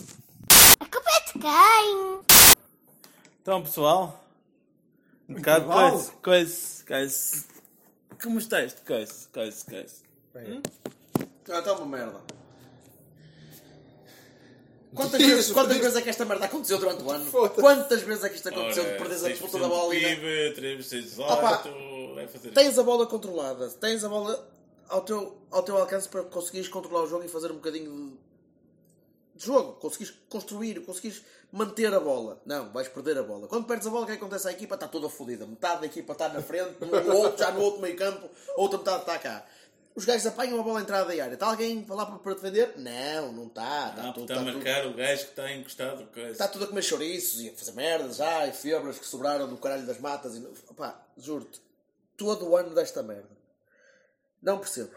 Acabete quem? Então, pessoal. Um bocado intervalo. coisa, coisa, coisa. Como estás? Coisa, coisa, coisa. Está Então é uma merda. Quantas vezes, quantas vezes é que esta merda aconteceu durante o ano? Quantas vezes é que isto aconteceu de perderes a puta da bola e na- Opa. é fazer Tens a bola controlada, tens a bola ao teu, ao teu alcance para conseguires controlar o jogo e fazer um bocadinho de, de jogo. Conseguires construir, conseguires manter a bola. Não, vais perder a bola. Quando perdes a bola, o que é que acontece? A equipa está toda fodida. Metade da equipa está na frente, o outro já no outro meio campo, a outra metade está cá. Os gajos apanham a bola à entrada da área. Está alguém para lá para- para defender? Não, não está. Está tudo- está tudo- É o gajo que está encostado. Tá- Está Tá tudo a comer chouriços e a fazer merdas já, e febras que sobraram do caralho das matas. E... não- Opá, juro-te, todo o ano desta merda. Não percebo.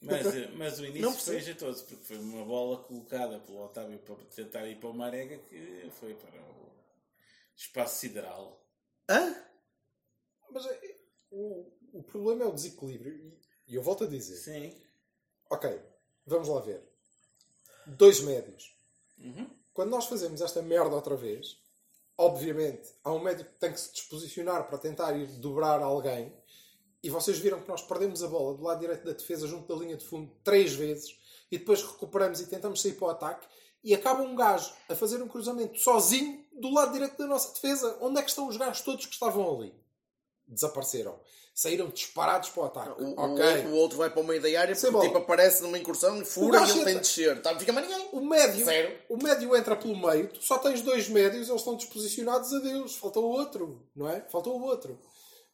Mas, eh, mas o início Não foi percebo. jeitoso, porque foi uma bola colocada pelo Otávio para tentar ir para o Marega que foi para o espaço sideral. Hã? Mas é- o, o problema é o desequilíbrio. e- E eu volto a dizer: Sim. ok, vamos lá ver. Dois médios. Uhum. Quando nós fazemos esta merda outra vez, obviamente há um médio que tem que se disposicionar para tentar ir dobrar alguém. E vocês viram que nós perdemos a bola do lado direito da defesa, junto da linha de fundo, três vezes. E depois recuperamos e tentamos sair para o ataque. E acaba um gajo a fazer um cruzamento sozinho do lado direito da nossa defesa. Onde é que estão os gajos todos que estavam ali? desapareceram. Saíram disparados para o ataque. O, ok. o- o outro vai para o meio da área, Sem bola. porque, tipo, aparece numa incursão, O fura e gajo ele tem de entra- descer. Tá, não fica mais ninguém. O médio, Zero. o médio entra pelo meio, tu só tens dois médios, eles estão desposicionados, adeus, faltou outro, não é? Faltou outro.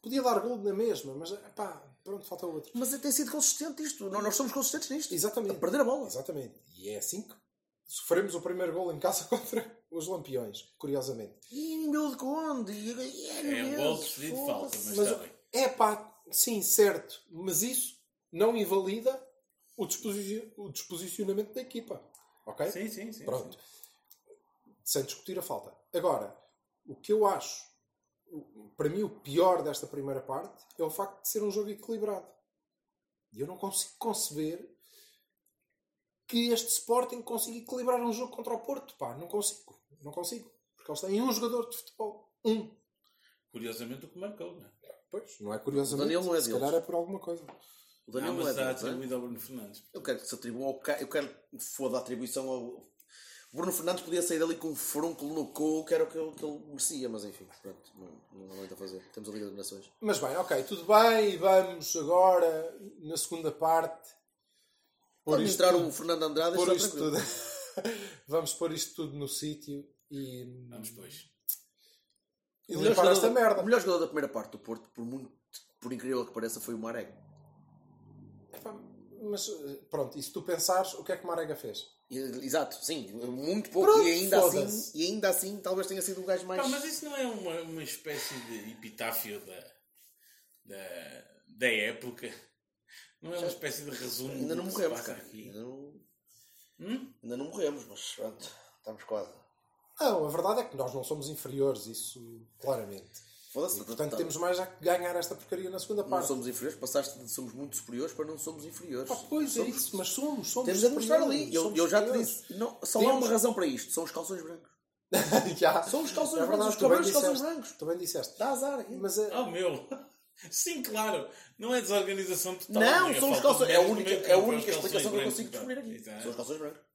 Podia dar gol na mesma, mas pá, pronto, faltou outro. Mas é, tem sido consistente isto. Nós, nós somos consistentes nisto. Exatamente. A perder a bola. Exatamente. E é assim que sofremos o primeiro gol em casa [LAUGHS] contra os Lampiões, curiosamente. E meu de conde. E, e, É um gol percebido de falta, mas está bem. É pá, sim, certo, mas isso não invalida o, disposi- o disposicionamento da equipa. Ok? Sim, sim, sim. Pronto. Sem discutir a falta. Agora, o que eu acho, o- para mim, o pior desta primeira parte é o facto de ser um jogo equilibrado. E eu não consigo conceber que este Sporting consiga equilibrar um jogo contra o Porto. Pá, não consigo. Não consigo. Porque eles têm um jogador de futebol. Um. Curiosamente o que marcou, não é? Pois, não é curiosamente. Daniel não é se deles. calhar é por alguma coisa. O Ah, Daniel mas não é está assim. deles, não é? atribuído ao Bruno Fernandes. Eu quero que se atribua ao ca... Eu quero que foda a atribuição ao. Bruno Fernandes podia sair dali com um frúnculo no cu, que era o que ele, que ele merecia, mas enfim, pronto, não, não há muito a fazer. Temos a Liga de Nações. Mas bem, ok, tudo bem. E vamos agora na segunda parte. Pode isto entrar tudo- o Fernando Andrade e pôr está isto tá tranquilo. tudo. Vamos pôr isto tudo [LAUGHS] no sítio e, Vamos, pois. e O melhor limpar esta jogador- merda. O melhor jogador da primeira parte do Porto, por muito, por incrível que pareça, foi o Marega. Epá, Mas eh, pronto, e se tu pensares, o que é que Marega fez? E- Exato, sim, muito pouco. Pronto, e, ainda assim, foda-se. e ainda assim, talvez tenha sido o gajo mais. Pá, mas isso não é uma, uma espécie de epitáfio da, da, da época? Não é uma espécie de resumo ainda do não que se morremos, passa cara. aqui? Ainda não, Hum? ainda não morremos, mas pronto, estamos quase. Não, a verdade é que nós não somos inferiores, isso claramente. Foda-se, E, portanto, tá- temos mais a que ganhar esta porcaria na segunda Não parte. somos inferiores, passaste de somos muito superiores para não somos inferiores. Pá, pois é Somos- isso, mas somos, somos. Temos a demonstrar superiores, ali. Eu, somos eu já te superiores. disse, não, só há Temos- uma razão para isto: são os calções brancos. [LAUGHS] já. São os calções É verdade, brancos, os tu bem cabrelos de calções disseste, brancos. Tu bem disseste. Dá azar. é? Mas eh, Oh, meu! Sim, claro! Não é desorganização total. não, é são os falta de calções. É a meios única, no meio é a campo, única os calções explicação que eu brancos, consigo pá. descobrir aqui. Exato. São os calções brancos.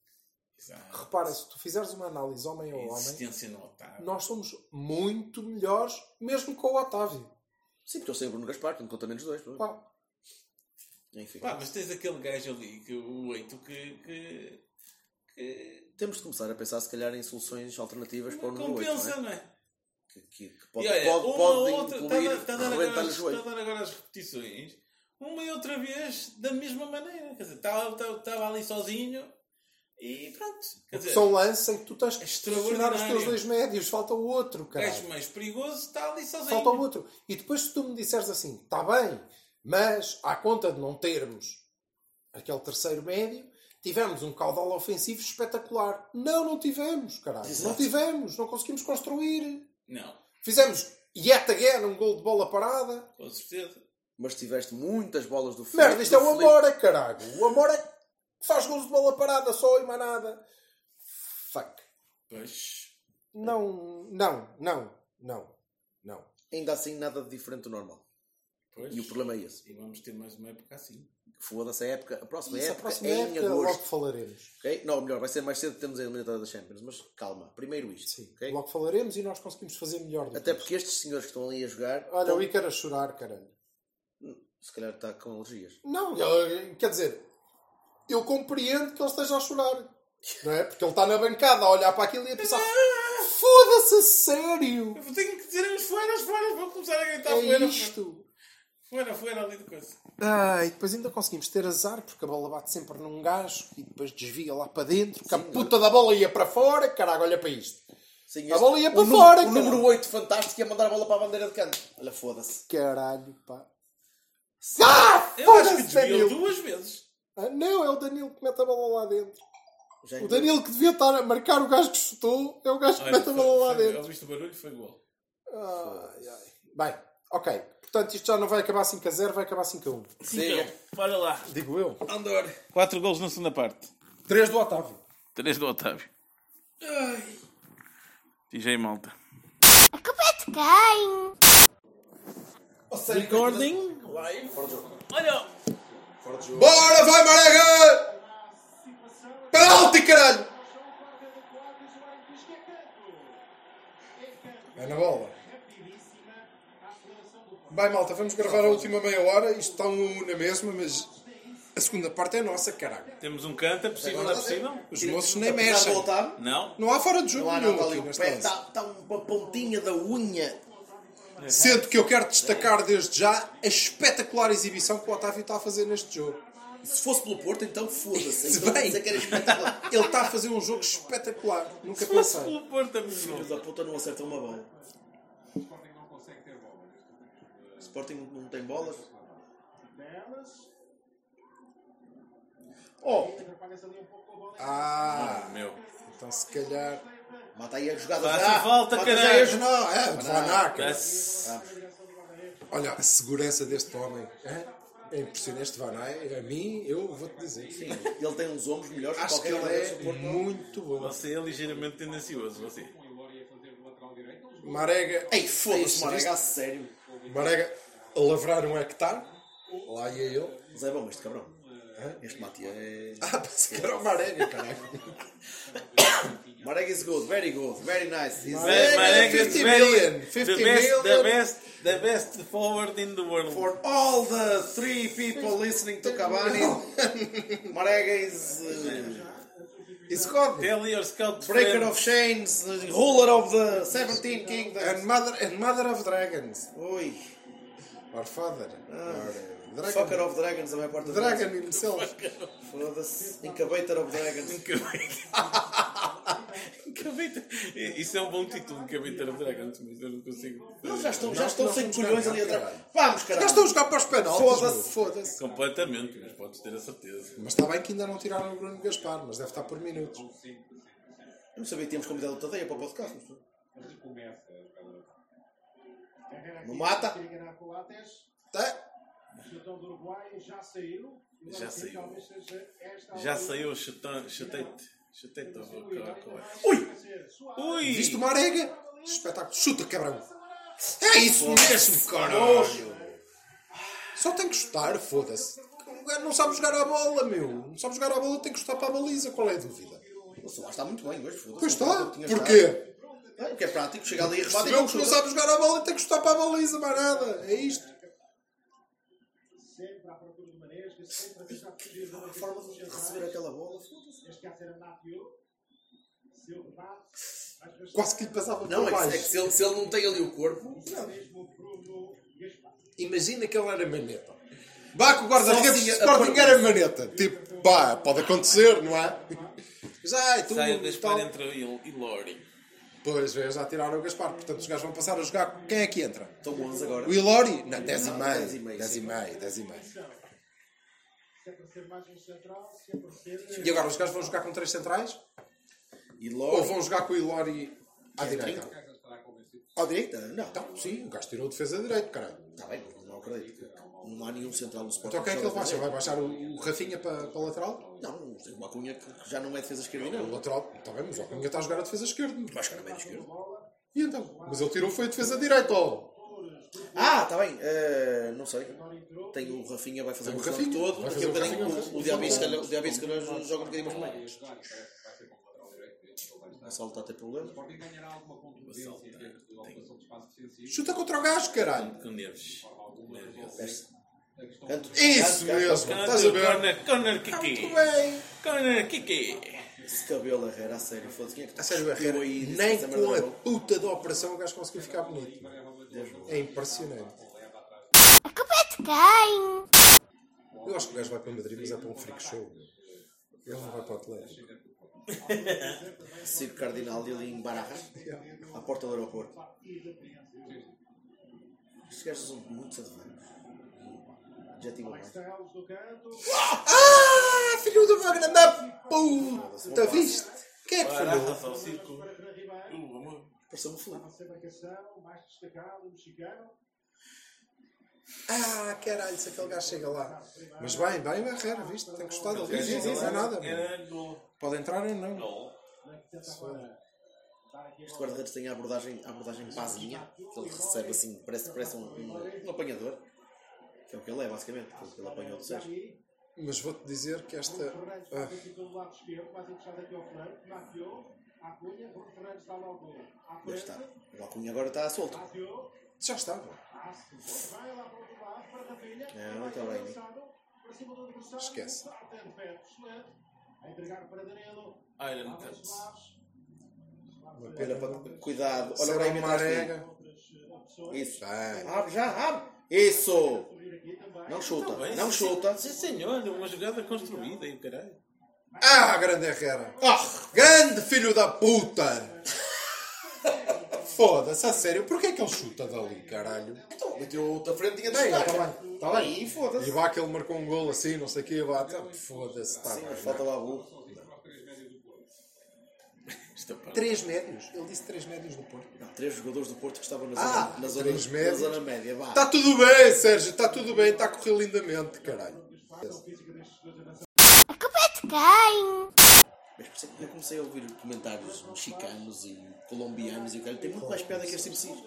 Exato. repara, se tu fizeres uma análise homem a homem, Insistência no Otávio. nós somos muito melhores, mesmo com o Otávio. Sim, porque eu sei o Bruno Gaspar, portanto conta menos dois. pronto. Pá, Enfim. Pá, mas tens aquele gajo ali, que, o oito, que, que, que Temos de começar a pensar, se calhar, em soluções alternativas para o número 8. compensa, Não não é? é? Que, que- que pode, E olha, pode, uma pode outra, incluir está a, dar agora rebentar-lhe o as, tá a joelho. dar agora as repetições, uma e outra vez, da mesma maneira. Quer dizer, estava estava- estava ali sozinho e pronto. Quer dizer, são lances um em que tu tens que Extraordinário. pressionar os teus dois médios, falta o outro, o cara. gajo mais perigoso está tá ali sozinho. um- Falta o outro. E depois, se tu me disseres assim, está bem, mas à conta de não termos aquele terceiro médio, tivemos um caudal ofensivo espetacular. Não, não tivemos, caralho. Não tivemos, não conseguimos construir. Não, Fizemos yet again um gol de bola parada. com certeza. Mas tiveste muitas bolas do Felipe. Merda, isto é do o Felipe. Amora, caralho. O Amora faz gols de bola parada só e mais nada. Fuck. Pois. Não, não, não, não, não. Ainda assim, nada de diferente do normal. pois. E o problema é esse. E vamos ter mais uma época assim. Foda-se a época. A próxima Isso, a época próxima é em época logo agosto. falaremos. ok? Não, melhor, vai ser mais cedo que temos a eliminatória da Champions. Mas calma, primeiro isto. Sim, ok? logo falaremos e nós conseguimos fazer melhor do Até que isto. porque estes senhores que estão ali a jogar, Olha, estão- o Icar a chorar, caralho. se calhar está com alergias. Não, ele- quer dizer, eu compreendo que ele esteja a chorar. Não é? Porque ele está na bancada a olhar para aquilo e a [LAUGHS] pensar Foda-se, a sério! Eu tenho que dizer as fueras, fueras, vou começar a gritar É fuera, isto! fuera, fuera ali de coisa. Ah, e depois ainda conseguimos ter azar porque a bola bate sempre num gajo e depois desvia lá para dentro, que a puta da bola ia para fora, caralho, olha para isto. Sim, A este- bola ia para o nu- fora, O cara. número 8 fantástico ia mandar a bola para a bandeira de canto. Olha, foda-se. Caralho, pá. Eu Ah, acho que foda-se, é desviou Danilo! duas vezes. Ah, não, é o Danilo que mete a bola lá dentro. Já O Danilo que devia estar a marcar o gajo que chutou, é o gajo que mete a bola lá foi- dentro. Ouviste o barulho? Foi gol. Ai, ai. Bem, ok. Portanto, isto já não vai acabar 5 a 0, vai acabar 5 a 1. Siga. Para lá. Digo eu. Andor. Quatro gols na segunda parte. 3 do Otávio. Três do Otávio. DJ Malta. A culpa é de quem? Recording live. Olha, Bora, vai Marega! Penalti, caralho! É na bola. Vai, malta, vamos gravar a última meia hora. Isto está um na mesma, mas a segunda parte é nossa, caralho. Temos um canto, é possível, não é possível? Os moços nem mexem. voltar? Não? Não há fora de jogo Ah, Não há nenhum nada ali. aqui O nesta pé lance. está tá uma pontinha da unha. Sendo que eu quero destacar desde já a espetacular exibição que o Otávio está a fazer neste jogo. Se fosse pelo Porto, então foda-se. Se Então, bem. dizer que era espetacular. Ele está a fazer um jogo espetacular. Nunca Mas pensei. pelo Porto, é amigo. Filhos da puta não acertam uma bola. Sporting não tem bolas. Oh! Ah! Meu. Então se calhar. Mata aí é a jogada Faz já. a falta, Mata já Ah. caralho. a jogada. Não, é, de Van Aken. Yes. Olha, a segurança deste homem é, é impressionante. Este Van Aken, a mim, eu vou-te dizer. Sim, ele tem uns ombros melhores Acho que qualquer um. ele jogador é do Porto. muito bom. Você é ligeiramente tendencioso, você. Marega. Ei, foda-se, Isso, Marega, a sério. Marega a lavrar um hectare. Lá ia ele. Mas é bom este cabrão. Este Matia é. Ah, pensei que era o Marega, caralho. Marega is good, very good, very nice. He's Marega, é Marega is 50 very- million, The 50 best, the million. best, the best forward in the world. For all the three people listening to [LAUGHS] Cavani, Marega is uh, It's God. Tell your scout breaker friend. of chains, ruler of the 17 kingdoms. And mother, and mother of dragons. Ui, Or father. Ah. Or dragon. fucker of dragons, a maior parte das Dragon himself. vezes. Foda-se, incubator of dragons. Cabita. [LAUGHS] Isso é um bom título, Cabita of Dragons, mas eu não consigo. Não, já estão, já estão não, sem vamos colhões jogar, ali atrás. caralho. Vamos, caralho. Já estão a jogar para os penaltis. Foda-se. meu. Foda-se. Completamente, mas podes ter a certeza. Mas está bem que ainda não tiraram o Bruno Gaspar, mas deve estar por minutos. Eu não sabia que tínhamos convidado o Tadeia para o podcast. mas tudo. Não mata? Tá? Já saiu. Já saiu, chuta- chutei-te. Chutei-te ao caracoles. Ui! Ui! Viste uma arega? Espetáculo. Chuta, cabrão! É isso mesmo, caralho! Nojo! Só tem que chutar, foda-se. O gajo Não sabe jogar à bola, meu. Não sabe jogar à bola, tem que chutar para a baliza. Qual é a dúvida? O Soares está muito bem hoje, foda-se. é Pois está. um Tinha Porquê? estado. É, porque é prático, chega ali e rebate e Percebeu que não chuta. sabe jogar à bola tem que chutar para a baliza, mais nada. É isto. A forma de receber aquela bola, foda-se. Quase que lhe passava Não, por é que, baixo. é que se, ele, se ele não tem ali o corpo, Imagina que ele era maneta. Vá que o guarda-redes Sozinha, do a Sporting parte- era maneta. Tipo, pá, pode acontecer, não é? [LAUGHS] Já, e tu, Saia da e espada tal. entre ele e Lori. Pois, vê, já tiraram o Gaspar. Portanto, os gajos vão passar a jogar. Quem é que entra? estão 11 agora. O Ilori? Não, 10 e Não, dez e meio. meio, 10 e sim. meio, 10 e meio. E agora, os gajos vão jogar com três centrais? E é Ou logo. vão jogar com o Ilori à direita? À direita? Não, está Então, sim, o gajo tirou o defesa direito, caralho. Tá bem, mas não acredito. que- Não há nenhum central no Sporting. Então, o que é que ele joga baixa? Vai direito. baixar o, o Rafinha para, para a lateral? Não, tem uma cunha que que já não é defesa esquerda, O não. lateral, está bem, mas o Cunha está a jogar a defesa esquerda. Mas que era meio esquerda. E então? Mas ele tirou foi a defesa direita, ó. Ah, está bem. eh, não sei. Tem o Rafinha, vai fazer Tem o o Rafinha Rafinha, todo. vai Daqui fazer a o bocadinho Rafinha. o- o Diabis, se calhar, o Diabis, se calhar, joga um bocadinho mais mais. O Gonçalo está a ter problemas. Chuta contra o gajo, caralho. Com nervos. Com nervos. Canto. É Isso canto, mesmo, É canto. estás a ver? Corner, corner Kiki. Bem, Corner Kiki. Esse cabelo Herrera, a sério. Foda-se, quem é que a sério, cuspiu Barreira, aí e disse que nem essa merda com não é a bom? puta da operação o gajo conseguiu ficar bonito. É impressionante. A culpa é de quem? Eu acho que o gajo vai para Madrid, mas é para um freak show. meu. Ele não vai para o Atlético. Ciro Cardinal ali em Barajas, à porta do aeroporto. Estes gajos são muito satisfeitos. Já tive mais. Ah, filho do Wagner da puta, viste? Quem é que foi ele? Arrasa ao circo. Uh, amor. Pareceu-me feliz. Ah, caralho, se aquele gajo chega lá. Mas bem, bem, Barreira, viste? Tem gostado ali. Diz, diz, não é nada. meu. Era gol. Pode entrar ou não? Gol. Este guarda-redes tem a abordagem, a abordagem pazinha, que ele recebe assim, parece, parece um, um, um apanhador. Que é o que ele é, basicamente, que é o que ele apanhou do Sérgio. Mas vou-te dizer que esta. Ah, Já está. O Alcunha agora está solto. Já estava. É, muito bem. Esquece. Olha, não tanto. Uma Olha pena para... Cuidado. Olha Será para aí, uma atrás de arega? ti. Isso. Bem. Abre já, abre. Isso. Não chuta, Bem, não sim, chuta. Então, é Sim, senhor, uma jogada construída e o caralho. Ah, grande Herrera! Ah, grande filho da puta! Foda-se, a sério, porquê é que ele chuta dali, caralho? Então, meteu da frente, tinha de Bem, chutar. tá cara. bem, tá bem. Aí, E foda-se. vá que ele marcou um gol assim, não sei o quê, vá, tá, foda-se, tá Sim, mas bem. falta lá o... Isto é pá. Três médios, ele disse três médios do Porto. Três jogadores do Porto que estavam na Ah, zona, na zona, três na médios. Tá. zona média. Vá. Está tudo bem, Sérgio, está tudo bem, está a correr lindamente, caralho. A culpa é de quem? Mas por isso é que eu comecei a ouvir comentários mexicanos e colombianos e o cara tem muito mais piada que este imbecil.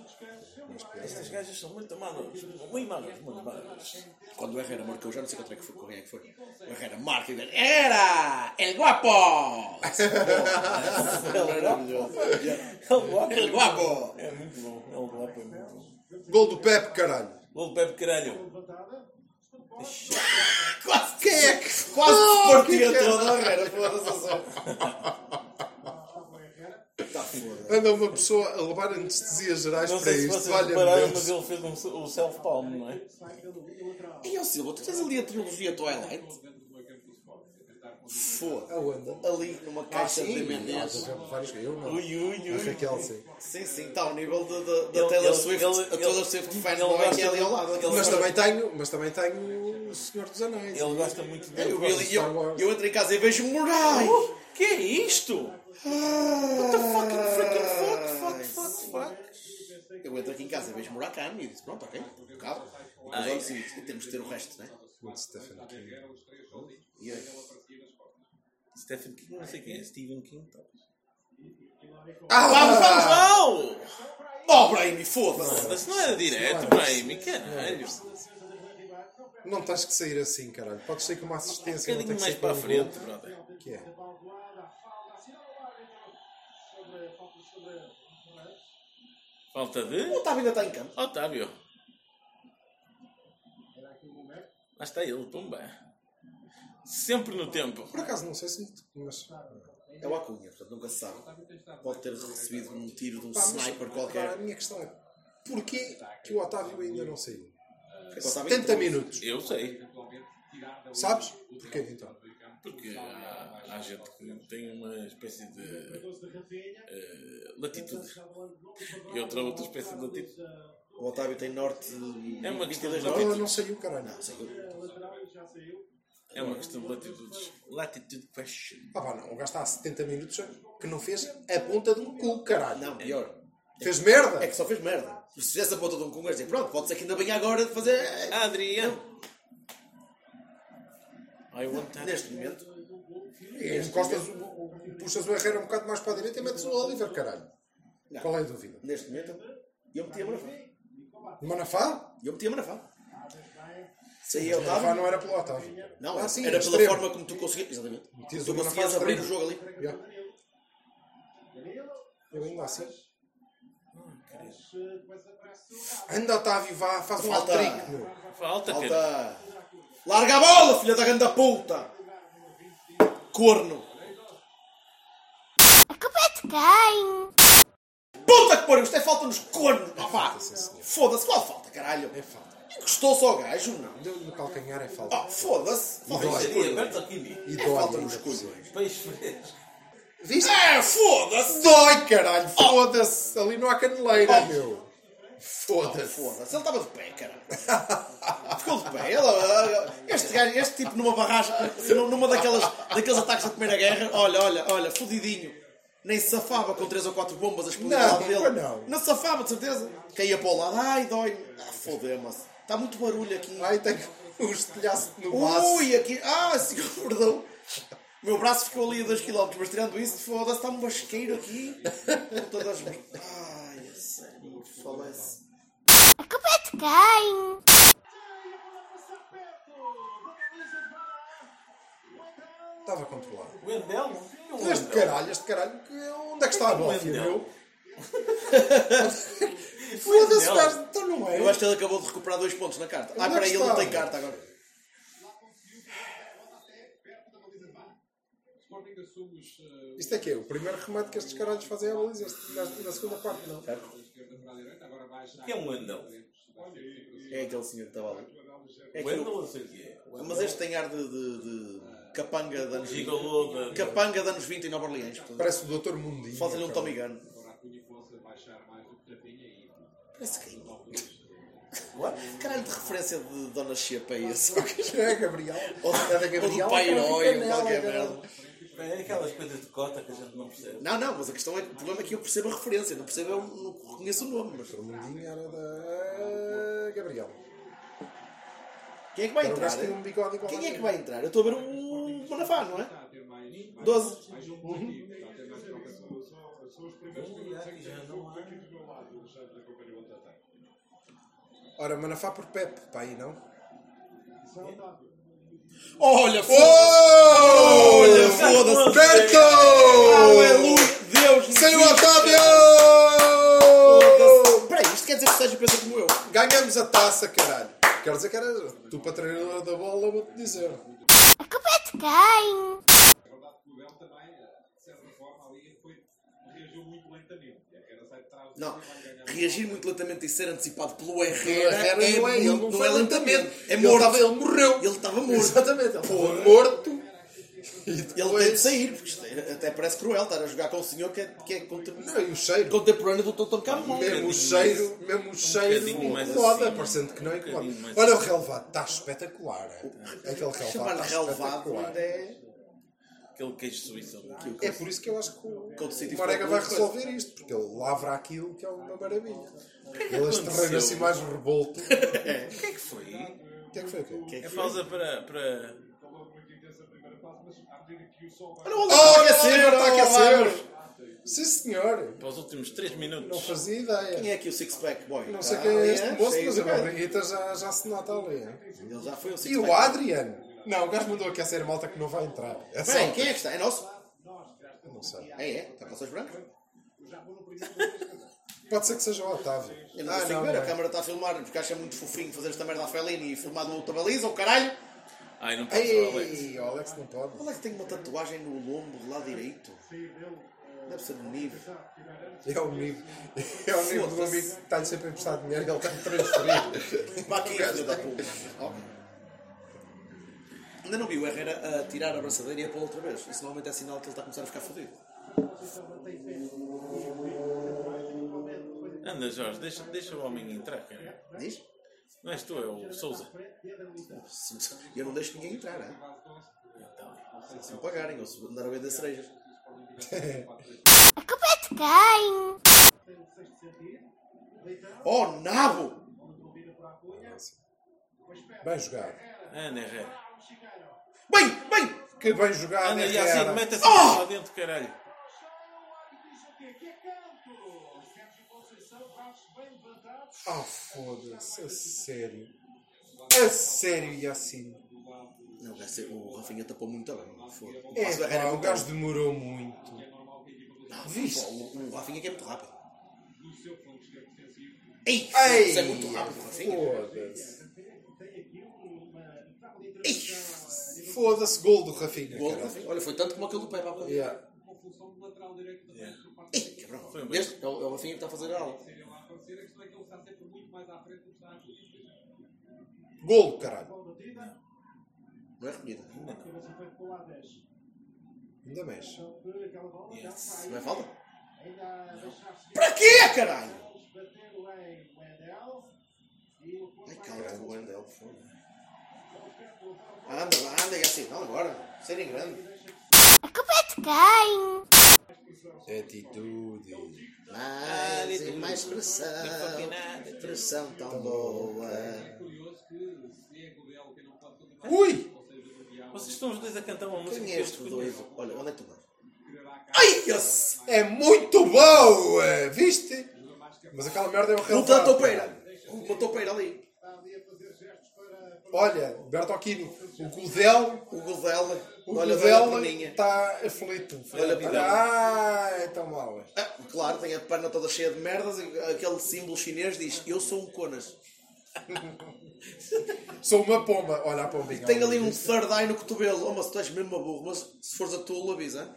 Estas gajas são muito malas. Muito malas, muito malas. Quando o Herrera marcou, já não sei quanto é que foi, quem é que foi. O Herrera marca e diz: Era! El Guapo! [LAUGHS] El Guapo! É muito bom. É um guapo, é muito bom. Gol do Pepe, caralho. Gol do Pepe Caralho. Quase Quem é que Quase Oh, oh, partia que toda a Herrera, foda-se a só. Tá foda. Anda uma pessoa a levar anestesias gerais Não para sei se isto, vocês valha-me repararam, Deus. mas ele fez um, o self-palm, não é? E o Silva, tu tens ali a trilogia Twilight? Foda. Aonde? Ali numa Tá Ah, caixa de MNs. Eu não. Ah, Ui, ui, A ui. Raquel, sim. Sim, sim, está ao nível da- da da Ele- Taylor ele- Swift. ele- A Taylor ele- Swift ele faz não é que é gosta ali ao de- lado. ele- Mas também tenho, mas também tenho o Senhor dos Anéis. Ele gosta muito É, dele. Eu, vi ali- Star eu, Wars. eu entro em casa e vejo Moraes! Oh, que é isto? What the Fucking freaking fuck, fuck, fuck, fuck. Eu entro aqui em casa e vejo Murakami e disse: Pronto, ok, um bocado. E depois olha assim, temos de ter o resto, né? Muito Stephen King. E aí? Stephen King, não sei quem é. Stephen King, talvez. Ah, Vamos, vamos, vamos! Oh, Brahimi, foda-se! Mas não é era direto, Brahim, caralho. Não tens que sair assim, caralho. Podes sair com uma assistência. Um não bocadinho tem que sair mais com para a um frente, gol. brother. Que é? Falta de. O Otávio ainda está em campo. Otávio. Lá está ele, pumba. Sempre no tempo. Por acaso, não sei se... Mas... É o Acunha, portanto nunca se sabe. Pode ter recebido um tiro de um Pá, mas Agora, sniper a qualquer. minha questão é... Porquê que o Otávio ainda não saiu? Porque o Otávio 70 entrou. minutos. Eu sei. Sabes? Porquê, então? Porque há, há gente que tem uma espécie de eh, latitude e outra outra espécie de latitude. O Otávio tem norte. É uma questão de Não, latitude. não saiu, caralho. Ah, É uma questão de latitudes. Latitude question. Ah pá, não. O gajo está há 70 minutos que não fez a ponta de um cu, caralho. Não, pior. Fez merda? É que só fez merda. Se fizesse a ponta de um com dizer, pronto, pode ser que ainda venha agora de fazer. Adriano! I want that. Neste momento. é E encostas, o- o- puxas o Herrera um bocado mais para a direita e metes o Oliver, caralho. Não. Qual é a dúvida? Neste momento, eu meti a Manafá. Manafá? Eu meti a Manafá. Saía Manafá Otávio. não era pelo Otávio. Não, Ah, sim, era pela extremo. forma como tu conseguias. Exatamente. Metias tu o Manafá conseguias abrir o extremo. jogo ali. Yeah. Eu ainda assim. Anda, Otávio, vá, faz um Falta. hat-trick, meu. Falta, cara. Falta. Larga a bola, filha da grande puta! Corno! A culpa é de quem? Puta que pariu, isto é falta nos cornos! Ah, pá! Foda-se, qual falta, caralho? É falta. Encostou só o gajo, não? Deu-lhe no calcanhar, é falta. Ah, foda-se! Falta nos dói. cornos. Aberto aqui, Nico. E É dói falta ainda nos por cornos. cima. Peixe fresco. Viste? É, foda-se! Dói, caralho, foda-se. Ali não há caneleira, Oh. meu. Foda-se. Foda-se, ele estava de pé, caralho. [LAUGHS] Ficou de pé. Ele, este, gajo, este tipo numa barragem, assim, numa daquelas, daqueles ataques da Primeira Guerra, olha, olha, olha, fodidinho. Nem se safava com três ou quatro bombas a explodir Não, ao lado dele. pois não. se safava, de certeza. Caía para o lado. Ai, dói. Ah, fodeu-se. Está muito barulho aqui. Ai, tenho um estilhaço no braço. Ui, aqui. Ah, senhor, [LAUGHS] perdão. O meu braço ficou ali a 2km, mas tirando isso, foda-se, está um basqueiro aqui. Com todas as. Ai, a sério, falece. A culpa é de quem? Estava controlado. Wendel? um é [LAUGHS] Este caralho, este caralho, que- onde é que está a Não é Bófia, não. meu? Foda-se, dela. então não é. Eu acho que ele acabou de recuperar dois pontos na carta. Ah, Onde é peraí, que ele não está? tem carta agora. Isto é que é o primeiro remate que estes caralhos fazem à baliza. Este- Na, na segunda parte, não. É um anão. É aquele senhor que estava ali. É O aquele- anão não sei o que é. Mas este tem ar de, de, de capanga de anos 20. Gigolô da- Capanga de anos 20 em Nova Orleans. portanto. Parece o Dr. Mundinho. Falta-lhe um cara. Tommy Gunn. Parece que... What? Que Caralho de referência de Dona Xepa é esse? [LAUGHS] É, Gabriel. Ou É da de, ou Gabriel, do Pai é da Herói, ou Gabriela, qualquer caralho. merda. É aquelas coisas de cota que a gente não percebe. Não, não, mas a questão é que o problema é que eu percebo a referência, não percebo, eu não conheço o nome. Mas... O Mundinho era da Gabriel. Quem é que vai Era um entrar? gajo que tinha um bigode igual Quem a é que mim. vai entrar? Eu estou a ver o Bonafá, não é? 12. Ora, Manafá por Pepe, pá, aí não? Oh! Olha, foda-se! Olha, foda-se! Uhum. Beto! é Deus! Sem o Deus. Otávio! Peraí, isto quer dizer que o Sérgio pensa como eu. Ganhamos a taça, caralho. Quer dizer que era tu para treinador da bola, eu vou-te dizer. A culpa é de quem? Não, reagir muito lentamente e ser antecipado pelo Ele Herrera, era, é, não é, ele muito, não não foi é lentamente. É Ele, tava- morto. ele morreu. Ele estava morto. Exatamente, ele foi morto. Ele tem de sair, porque isto é- até parece cruel estar a jogar com um senhor que é, que é contem- Não, e o cheiro. contemporâneo do Totó Camon. Mesmo o cheiro, mesmo o cheiro bocadinho mais incomoda, acima. parecendo que não incomoda. bocadinho mais assim. Olha o relevado, está espetacular. é? Aquele relevado Chamar-lhe está relevado tá espetacular. ainda é. Aquele queijo suíço. É por isso que eu acho que o, Que outro sítio o Marega foi vai alguma coisa. resolver isto, porque ele lavra aquilo que é uma maravilha. Ele este terreno assim mais rebolto. O [LAUGHS] O que é que foi? que é que foi o quê? É pausa para. para... Olha o Oh, não, Alberto a não, aquecer, não, está a olha lá. aquecer! Sim senhor, Para os últimos 3 não minutos. fazia ideia. Quem é aqui o Six Pack Boy? Não sei Ah, quem é ali este moço, cheio mas de a bem. barriguita já, já se nota ali. é? Ele já foi o Six E Pack o Boy. Adrian? Não, o gajo mandou aquecer a malta que não vai entrar. É só. Bem, quem é que está? É nosso? Não sei. É, é. Está calções brancos? Pode ser que seja o Otávio. Ah, Eu não consigo ver, é. a câmara está a filmar porque acha muito fofinho fazer esta merda à Fellini e filmar numa outra baliza, o caralho. Ai, não pode ser, Alex. Ei, o Alex não pode. Qual é que tem uma tatuagem no lombo do lado direito? Deve ser no nível. É o nível, é o nível do amigo que está-lhe sempre a emprestar dinheiro e ele está a transferir. Para aqui, filho da puta. Ó. Ainda não vi o Herrera a tirar a abraçadeira e a pôr outra vez. Isso normalmente é sinal que ele está a começar a ficar fodido. Anda, Jorge, deixa, deixa o homem entrar, cara. Diz? Não és tu, é o Souza. E eu não deixo ninguém entrar, é? Se me pagarem, ou se andar a vender cerejas. A culpa é de quem? Oh, nabo! Bem jogado. Ana Herrera. Bem, bem! Que bem jogado, Anda, Herrera. Yacine, mete-se Oh! lá assim dentro, caralho. Ah, foda-se, a sério. A sério, assim. Yacine. Não, o gajo- o Rafinha tapou muito bem. Foda. Mas o É, pá, Herrera é o muito gajo demorou muito. bom. Viste? O, o Rafinha que é muito rápido. Ei, Ei, isso é muito rápido, Rafinha. Foda-se. Ei, Foda-se, gol do Rafinha. gol do caralho. Rafinha. Olha, foi tanto como aquele do Pepe há bocado. Yeah. Ei, cabrão. Este é o, é o Rafinha que está a fazer a aula. Gol, caralho. Não é recolhida. Ainda mexe. Isso Não é falta? Para quê, caralho? Ai, cala-te com o Wendel, por favor. Anda, lá, anda, assim, não agora. Serem grande. A culpa é de quem? Atitude. Mais e mais pressão. Pressão tão boa. Ui! Vocês estão os dois a cantar uma música Quem que é eu este desconheço. doido? Olha, onde é que tu vais? Ai, yes! É muito boa! Viste? Mas aquela merda é um Não relevado. está a toupeira. caralho. Uma toupeira ali. Olha, Bertocchini, o Gudel. O Gudel. O Olha, Gudel olha a perninha. está aflito. Olha a perninha. ah, é tão mau. é. Ah, claro, tem a perna toda cheia de merdas e aquele símbolo chinês diz: Eu sou um Conas. Sou uma pomba. Olha a pombinha. Tem ali um third eye no cotovelo. Oh, mas tu és mesmo uma burro, mas se fores a tua, avisa.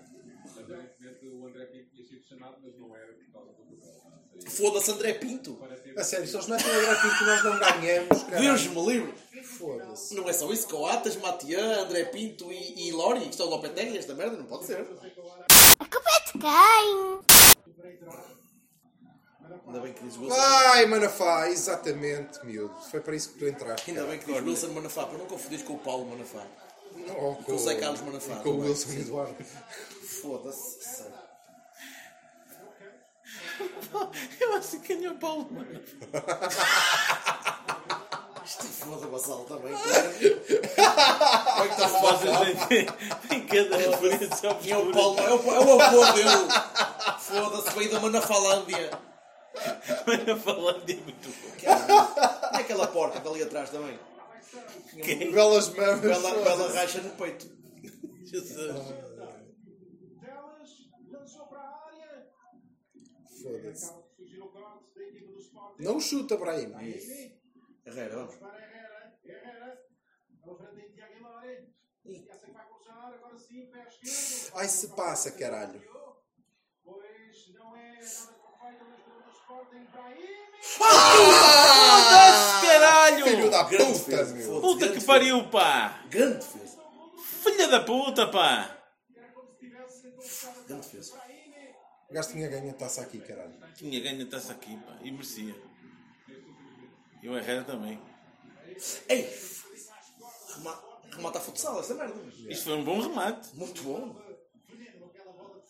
Foda-se, André Pinto. A sério, se eles não é que nós não ganhamos, cara. Deus me livre. Foda-se. Não é só isso, Coatas, Matiã, André Pinto e, e Lori. Isto é o Lopetegui, esta merda, não pode ser. A culpa é de quem? Ainda bem que diz Wilson. Ai, Manafá, exatamente, miúdo. Foi para isso que tu entraste. Ainda bem que diz Wilson Manafá, para não confundir com o Paulo Manafá. Ou com, o Zé Carlos Manafá, Oh, Com o também. Wilson Eduardo. Foda-se. sei. [LAUGHS] Eu acho que ganhou o Paulo Manafá. [LAUGHS] Isto tá foda basal também, claro. Como é que está a fumar? Tem cada referência É o Paulo, é o, é o avô dele. Foda-se, veio da [LAUGHS] Manafalândia. obscura. Falando de é muito bom. é Caralho. E aquela porca que está ali atrás também? Tinha Belas mamas. uma bela, bela racha no peito. Jesus. Foda-se. Não chuta, Brahim. Isso. Herrera, vamos. Ai, se passa, caralho. Foda-se, caralho! Filho da Grande puta, defesa. meu. Foda-se, Puta grande que pariu, pá! defesa. Grande defesa. Filha da puta, pá! Grande defesa. O gajo tinha ganho a taça aqui, caralho. Tinha ganho a taça aqui, pá. E merecia. E o Herrera também. Ei! Rema- Remata a futsal, essa merda. Isto foi um bom remate. Muito bom.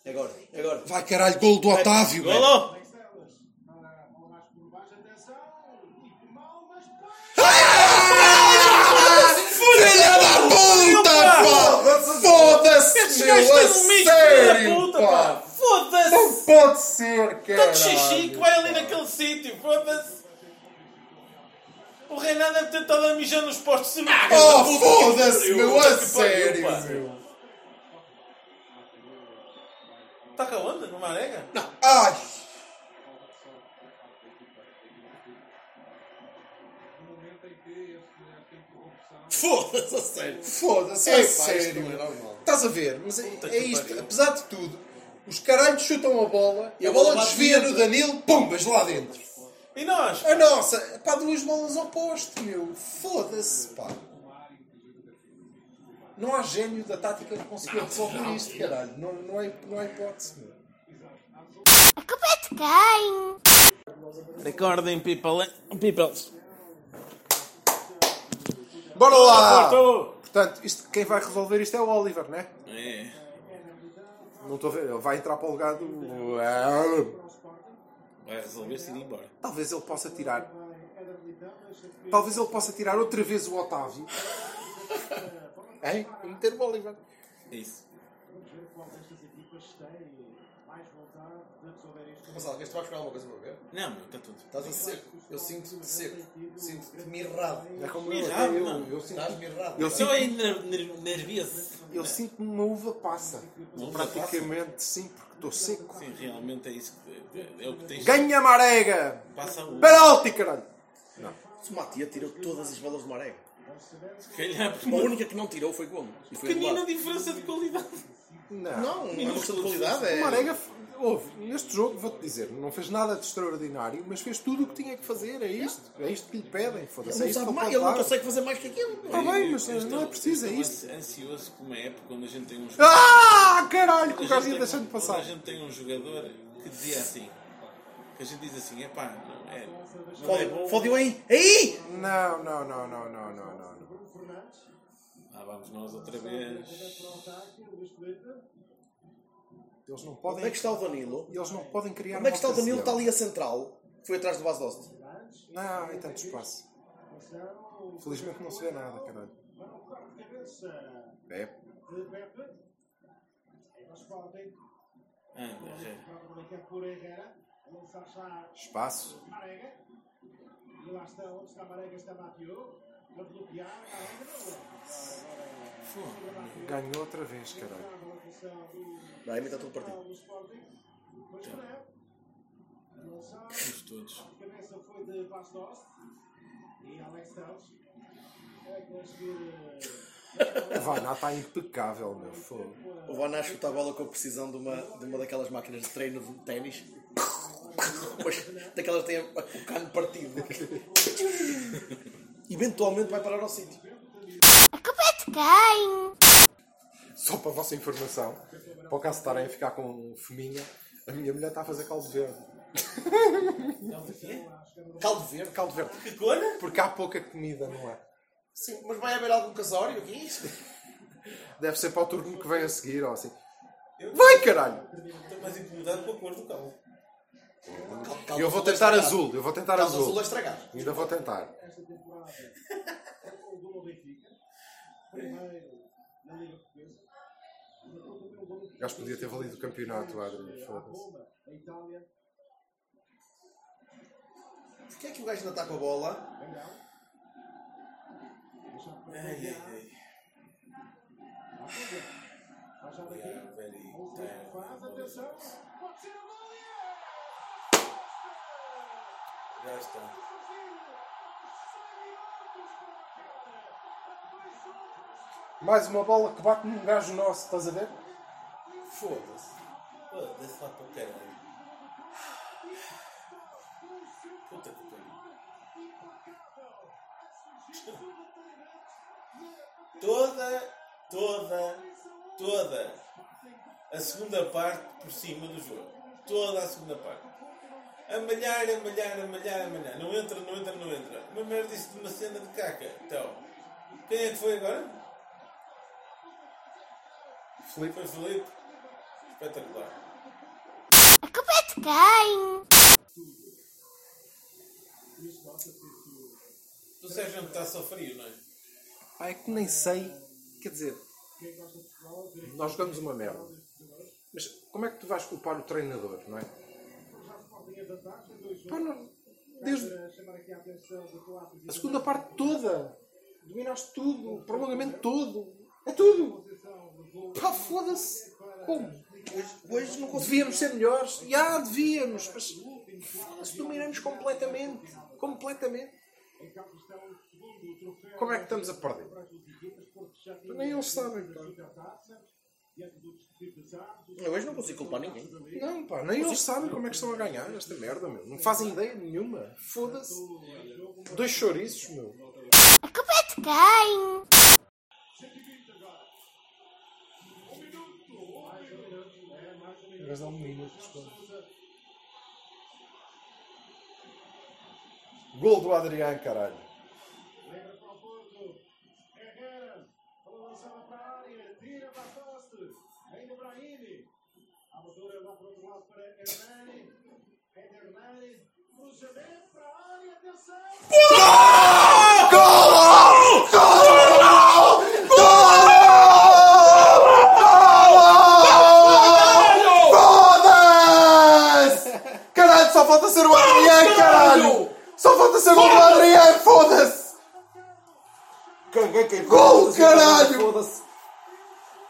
É Agora, é agora. Vai, caralho, gol do Otávio, velho. Golo! Filha da puta, pá! Foda-se, Estes meu, gajos a têm um misto, filha da sério, puta, pá! pá! Não Foda-se! pode ser, cara! Tanto xixi que vai ali naquele sítio, foda-se! O Reinaldo deve ter estado a mijar nos postos de cima. Oh, foda-se, Puta meu, é que a pariu, sério, pá. meu! Taca onde? No Marega? Ai! Foda-se, a sério. Foda-se, Ei, é pá, isto sério. não é normal. Estás a ver, mas é, é que isto. pariu. Apesar de tudo, os caralhos chutam a bola e a A bola bola bate desvia dentro. no Danilo, pumbas lá dentro. E nós? A nossa, pá, duas bolas ao posto, meu. Foda-se, pá. Não há gênio da tática que conseguiu resolver isto, caralho. Não, não, há, não há hipótese, meu. A culpa é de quem? Recordem, people. Peoples. Bora lá! Ah, Cortou! Portanto, isto, quem vai resolver isto é o Oliver, né? É. Não estou a ver, ele vai entrar para o lugar do. Vai resolver-se e ir embora. Talvez ele possa tirar. Talvez ele possa tirar outra vez o Otávio. hein? E meter o Oliver. É isso. Mas alguém te vai pegar alguma coisa para ver? Não, meu, está tudo. Estás em seco. Eu sinto-te seco. Sinto-te mirrado. É como eu, eu, até eu- eu, eu Estás mirrado. Eu Só sinto, aí ner- ner- é nervioso. eu sinto uma uva passa. Praticamente sim, porque estou seco. Sim, realmente é isso que. É, é o que tens. Ganha Marega! Passa um, o. Penalti, caralho! O Matia tirou todas as bolas do Maré. Se calhar, por A uma única que não tirou foi como? E foi pequenina anulado. diferença de qualidade. Não. Não, não é uma questão de qualidade. O É... Marega, f- houve, neste jogo, vou-te dizer, não fez nada de extraordinário, mas fez tudo o que tinha que fazer. É isto. É isto que lhe pedem. Foda-se. É Ele não isto que sabe ele mais, pode ele não dar. consegue fazer mais que aquilo. Está bem, mas Eu não é estou- preciso, é estou isto. ansioso como é época quando a gente tem um jogador. Ah, caralho, que o quando gajo a gente ia tem- deixando de quando passar. A gente tem um jogador que dizia assim. Que a gente diz assim: é pá, não é. Não é Fode- bom. Fode-o aí. Aí! Não, não, não, não, não, não, não. não. Lá Ah, vamos nós outra vez. Eles não Onde é podem, que está o Danilo? eles não podem criar Onde é que está o uma Danilo? Está ofensiva. ali a central. Foi atrás do Vasdost. Não, há tanto espaço. Felizmente não se vê nada, caralho. É. Anda, Herrera. Espaço. Ganhou outra vez, caralho. Vai, imita tudo partido. Os todos. A Vainá está é impecável, meu fogo. O Vaná chuta a bola com a precisão de uma, de uma daquelas máquinas de treino de ténis. Mas daquelas que têm o cano partido. Eventualmente vai parar ao sítio. A culpa é de quem? Só para a vossa informação, para o caso de estarem a ficar com fominha, a minha mulher está a fazer caldo verde. Caldo verde? Caldo verde. Que cor? Porque há pouca comida, não é? Sim, mas vai haver algum casório aqui? Deve ser para o turno que vem a seguir, ou assim. Vai, caralho! Estou mais incomodado com a cor do caldo. Caldo- caldo Eu vou azul tentar é estragado. azul, eu vou tentar Caldo azul. azul é estragado. Ainda vou tentar. Acho que podia ter valido o campeonato, Adriano. Foda-se. Porquê é que o gajo ainda está com a bola? Ai, ai, ai. Já está. Mais uma bola que bate num gajo nosso, estás a ver? Foda-se. Foda-se lá para é, o né? caralho. Puta que pariu. Toda, toda, toda a segunda parte por cima do jogo. Toda a segunda parte. A malhar, a malhar, a malhar, a malhar. Não entra, não entra, não entra. Uma merda isso de uma cena de caca. Então, quem é que foi agora? Felipe. Foi Felipe. Espetacular. A culpa é de quem? O Sérgio está só frio, não é? Ai, que nem sei. Quer dizer, nós jogamos uma merda. Mas como é que tu vais culpar o treinador, não é? Pá, não- Desde a segunda parte toda, dominaste tudo, o prolongamento todo, é tudo. Pá, foda-se. Como? Hoje, hoje não consigo. Devíamos ser melhores. Já devíamos, mas foda-se, dominamos completamente. Completamente. Como é que estamos a perder? Nem eles sabem, pá. Eu hoje não consigo culpar ninguém. Não, pá, nem eles sabem como é que estão a ganhar esta merda, meu. Não fazem ideia nenhuma. Foda-se. Dois chouriços, meu. A culpa é de quem? Mas dá um minuto. Gol do Adriano, caralho. Foda-se! Caralho, só falta ser o Adriano, Ah, caralho! Só falta ser o gol do Adriano, foda-se! Gol, caralho! Foda-se!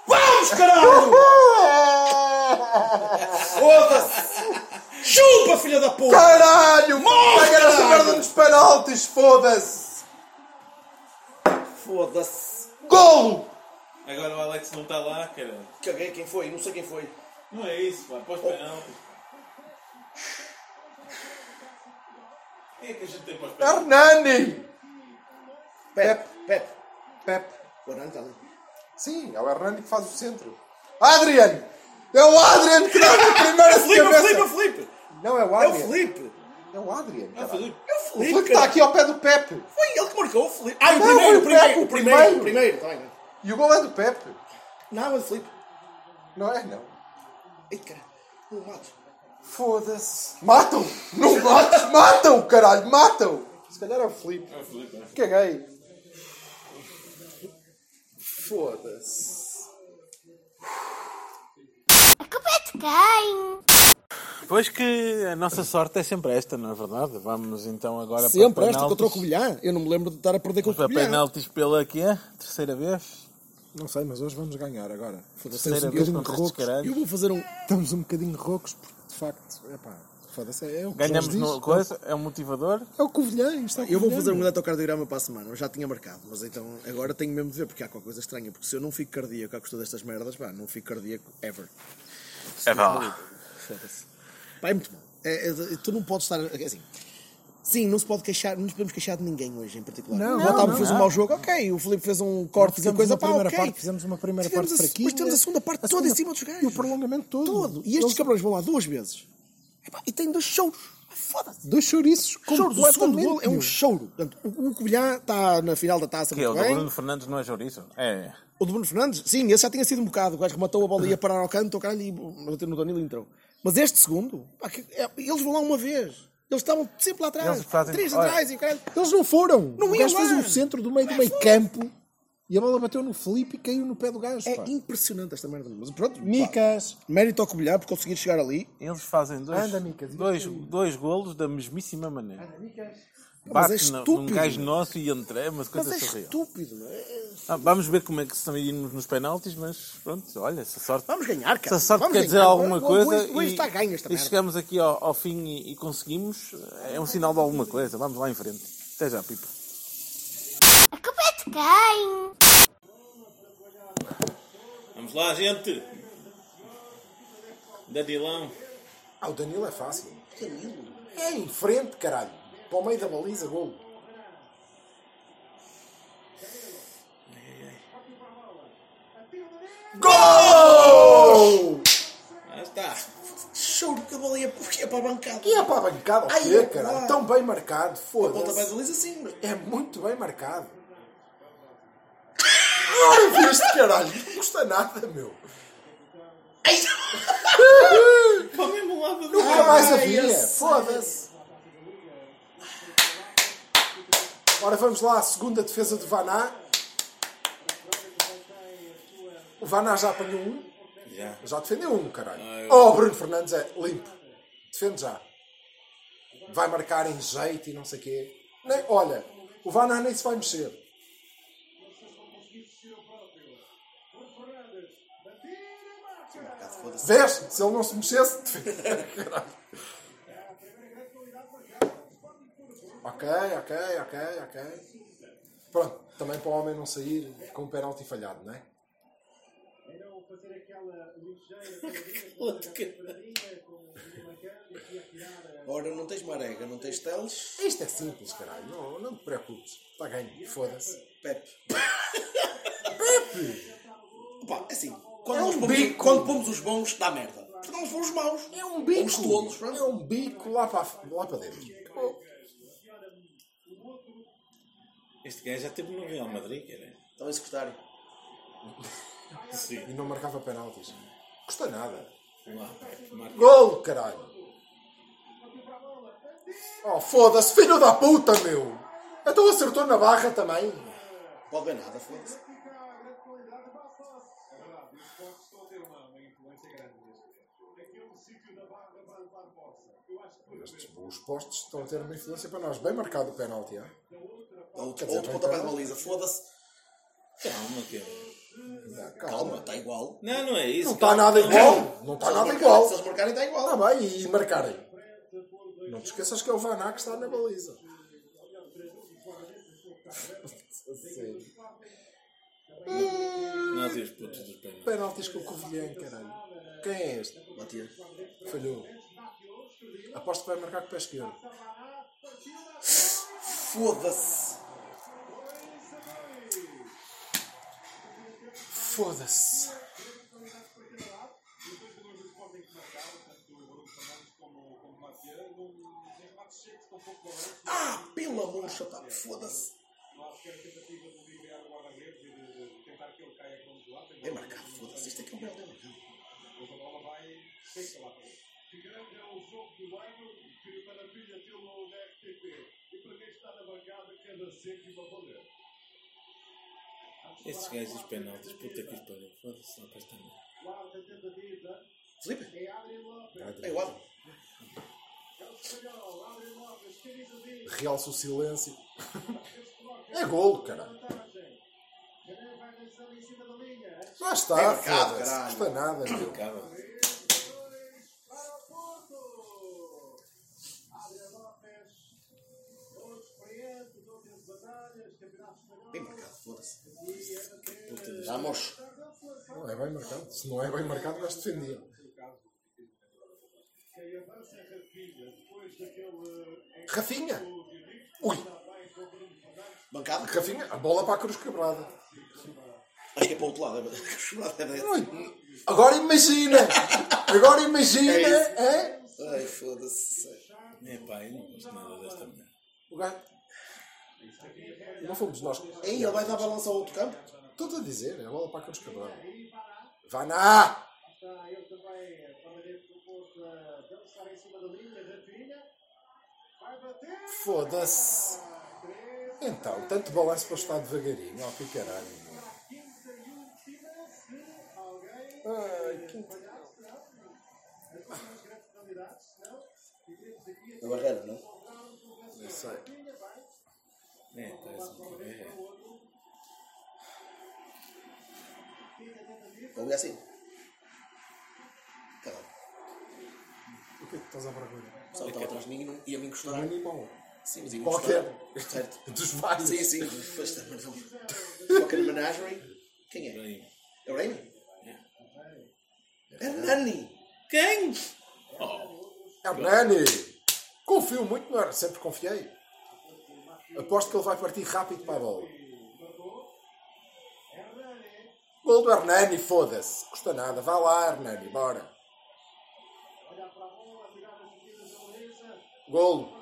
Vamos, caralho! Foda-se! Chupa, filha da porra! Caralho! Pega essa caralho! merda nos penaltis, foda-se! Foda-se! Golo! Agora o Alex não está lá, cara. Caguei quem foi, não sei quem foi. Não é isso, pá. Pós penaltis. Quem é que a gente tem pós penaltis? Hernani! Pepe, Pepe. Pepe. O Hernani está ali. Sim, é o Hernani que faz o centro. Adrian! É o Adrian que dá a primeira de Felipe, cabeça! Felipe, Felipe! Não, é o É o Adrian. Felipe! É o Adrian, Ah, caralho. Felipe. É o O Felipe! Felipe está aqui ao pé do Pepe. Foi ele que marcou o Felipe! Ah, o Não, primeiro, o foi o Pepe, primeiro, o o primeiro, primeiro. o primeiro, está bem. E o gol é do Pepe. Não, é o Felipe. Não é, não. Ei, caralho, não um mato. Foda-se. Matam! Não mates! Matam, caralho! Matam! Se calhar é o Felipe. É o Felipe, é. Caguei. Foda-se. A culpa é de quem? Pois que a nossa sorte é sempre esta, não é verdade? Vamos então agora sempre para esta contra o Covilhã. Eu não me lembro de estar a perder com o Covilhã. para penaltis pela aqui é? Terceira vez? Não sei, mas hoje vamos ganhar agora. Terceira Estamos um vez bocadinho contra estes roucos. caralhos. Eu vou fazer um... Estamos um bocadinho roucos porque, de facto, epá, foda-se, é o que Ganhamos Jorge diz. no coisa, é um motivador. É o Covilhã, isto é o Eu vou Covilhã. fazer um eletrocardiograma para a semana, eu já tinha marcado, mas então agora tenho mesmo de ver, porque há qualquer coisa estranha, porque se eu não fico cardíaco à custa destas merdas, pá, não fico cardíaco ever. É vá. Foda-se. Pá, é muito bom. É- é de- tu não podes estar. é Assim, sim, não se pode queixar, não nos podemos queixar de ninguém hoje em particular. Não, o não, Otávio não. fez um mau jogo, ok. O Felipe fez um Nós corte, fizemos uma coisa, uma pá, primeira ok. parte, fizemos uma primeira Tivemos parte a- fraquinha. Depois temos a segunda parte A toda em segunda- cima dos gajos. E o prolongamento todo. Todo. E estes Eles- cabrões vão lá duas vezes. Epá, e tem dois choros. Ah, Foda-se. Dois chouriços Choros. O segundo gol completamente. é um choro. Portanto, o o Covilhã está na final da taça Que é, o muito do bem. Bruno Fernandes não é Jouriço? É. O do Bruno Fernandes? Sim, esse já tinha sido um bocado. O gajo rematou a bola e ia parar ao canto, o caralho, e bateu no Danilo e entrou. Mas este segundo, pá, que- é- eles vão lá uma vez. Eles estavam sempre lá atrás. Eles fazem- Três olha. atrás e o caralho. Eles não foram. Não o iam gajo lá. fez um centro do meio do meio campo e a bola bateu no Felipe e caiu no pé do gajo. É pá. impressionante esta merda. Mas pronto, pá, Micas. mérito ao Cobilhar por conseguir chegar ali. Eles fazem dois, Anda, Micas, dois, dois golos da mesmíssima maneira. Mas é Bate no- num estúpido. gajo nosso e entra, é uma Mas coisa é surreal. estúpido. não é? Ah, vamos ver como é que saímos nos penaltis, mas pronto, olha, se a sorte. Vamos ganhar, cara. Se a sorte Vamos quer ganhar. dizer alguma O- o- coisa. o- o- e- está ganho esta e merda. chegamos aqui ao, ao fim e, e conseguimos, é um sinal de alguma coisa. Vamos lá em frente. Até já, Pipo. A culpa é de quem? Vamos lá, gente! Dadilão. Ah, o Danilo é fácil. É em frente, caralho. Para o meio da baliza, gol. Gol! Ah, está. Choro que a bola ia, ia para a bancada. E é para a bancada, o Ai, quê, é caralho? claro. Tão bem marcado, A ponta mais foda-se. lisa, sim. assim, mas- É muito bem marcado. Ai, viste, caralho? Não custa nada, meu. Para o mesmo lado do Nunca mais Ai, havia. eu sei. Foda-se. Ora, vamos lá à segunda defesa do Vaná. O Vaná já apanhou um. Já. Já defendeu um, caralho. Ah, eu- Oh, Bruno Fernandes é limpo. Defende já. Vai marcar em jeito e não sei quê. Nem- olha, o Vaná nem se vai mexer. Vês? Se ele não se mexesse, [LAUGHS] defende. Caralho. Ok, ok, ok, ok. Pronto, também para o homem não sair com o penalti falhado, não é? Outro que- Ora, não tens Marega, não tens Teles, Isto é simples, caralho. Não, não te preocupes. Está ganho. Foda-se. Pepe. Pepe! Pá, é assim, quando, É nós um pomos, bico. quando pomos os bons, dá merda. Porque não os pomos os maus. É um Ou Os tolos, bico! pronto. É um bico lá para, a- lá para dentro. Acabou. Este gajo já esteve no Real Madrid, cara. Então, é secretário. E não marcava penaltis. Custa nada. Vamos lá, Pepe, marca. Gol, caralho! Oh, foda-se, filho da puta, meu! Então acertou na barra também. Pode ver nada, foda-se. Estes- Os postos estão a ter uma influência para nós. Bem marcado o penalti, é? Quer Outro, dizer, vai outro pontapé de para- baliza, foda-se. Calma, cara. Não, Calma, calma. está igual. Não, não é isso. Não tá- está nada igual. Não Se está eles nada marcarem- igual. Se eles marcarem, está igual. Ah, bem, e marcarem. Não te esqueças que é o Vaná que está na baliza. [LAUGHS] Sério. Nós e os putos dos penaltis. Penaltis com o Covilhã, caralho. Quem é este? Matias. Falhou. Aposto que vai marcar com o pé esquerdo. Foda-se. Foda-se. Ah, pelo amor de Deus, foda-se. É marcado, foda-se. Isto é que é um belo é marcado. Estes gajos dos penaltis, puta que os pariu. Foda-se lá para esta merda. Felipe? É igual. Realça o silêncio. [LAUGHS] É golo, cara. Lá está, É marcado, foda-se. caralho. Custa nada, É meu. marcado. Bem marcado, foda-se. Puta de- Vamos. Não é bem marcado. Se não é bem marcado, vais defender. Rafinha! Ui! Bancado? Rafinha, a bola para a cruz quebrada. Acho que é para [LAUGHS] o outro lado. é- é- é- é- Ui, Agora imagina! [LAUGHS] Agora imagina! É isso. É? Ai, foda-se. É pá, eu não gosto nada desta mulher. O gajo- Não fomos nós. Ei, ele vai dar balança ao outro campo? Estou-te a dizer, é a bola para a cruz quebrada. Vá na! Foda-se! Então, tanto balanço para estar devagarinho, ó que caralho. meu. Ai, que Na barreira, não? não sei. É, parece um bocadinho. Ou é assim? Caralho. O que é que estás à procura? Só estava atrás de mim e não- ia Um me encostar. animal. Sim, mas ia me Qualquer. encostar. Certo. Dos vários. Sim, sim. Depois também não. Qualquer menagerie. Quem é? Bem, É o Rainy? É Nani! Quem? Hernani! É Confio muito no Hernani, sempre confiei. Aposto que ele vai partir rápido para a bola. Gol do Hernani, foda-se. Custa nada. Vá lá, Hernani, bora. Golo.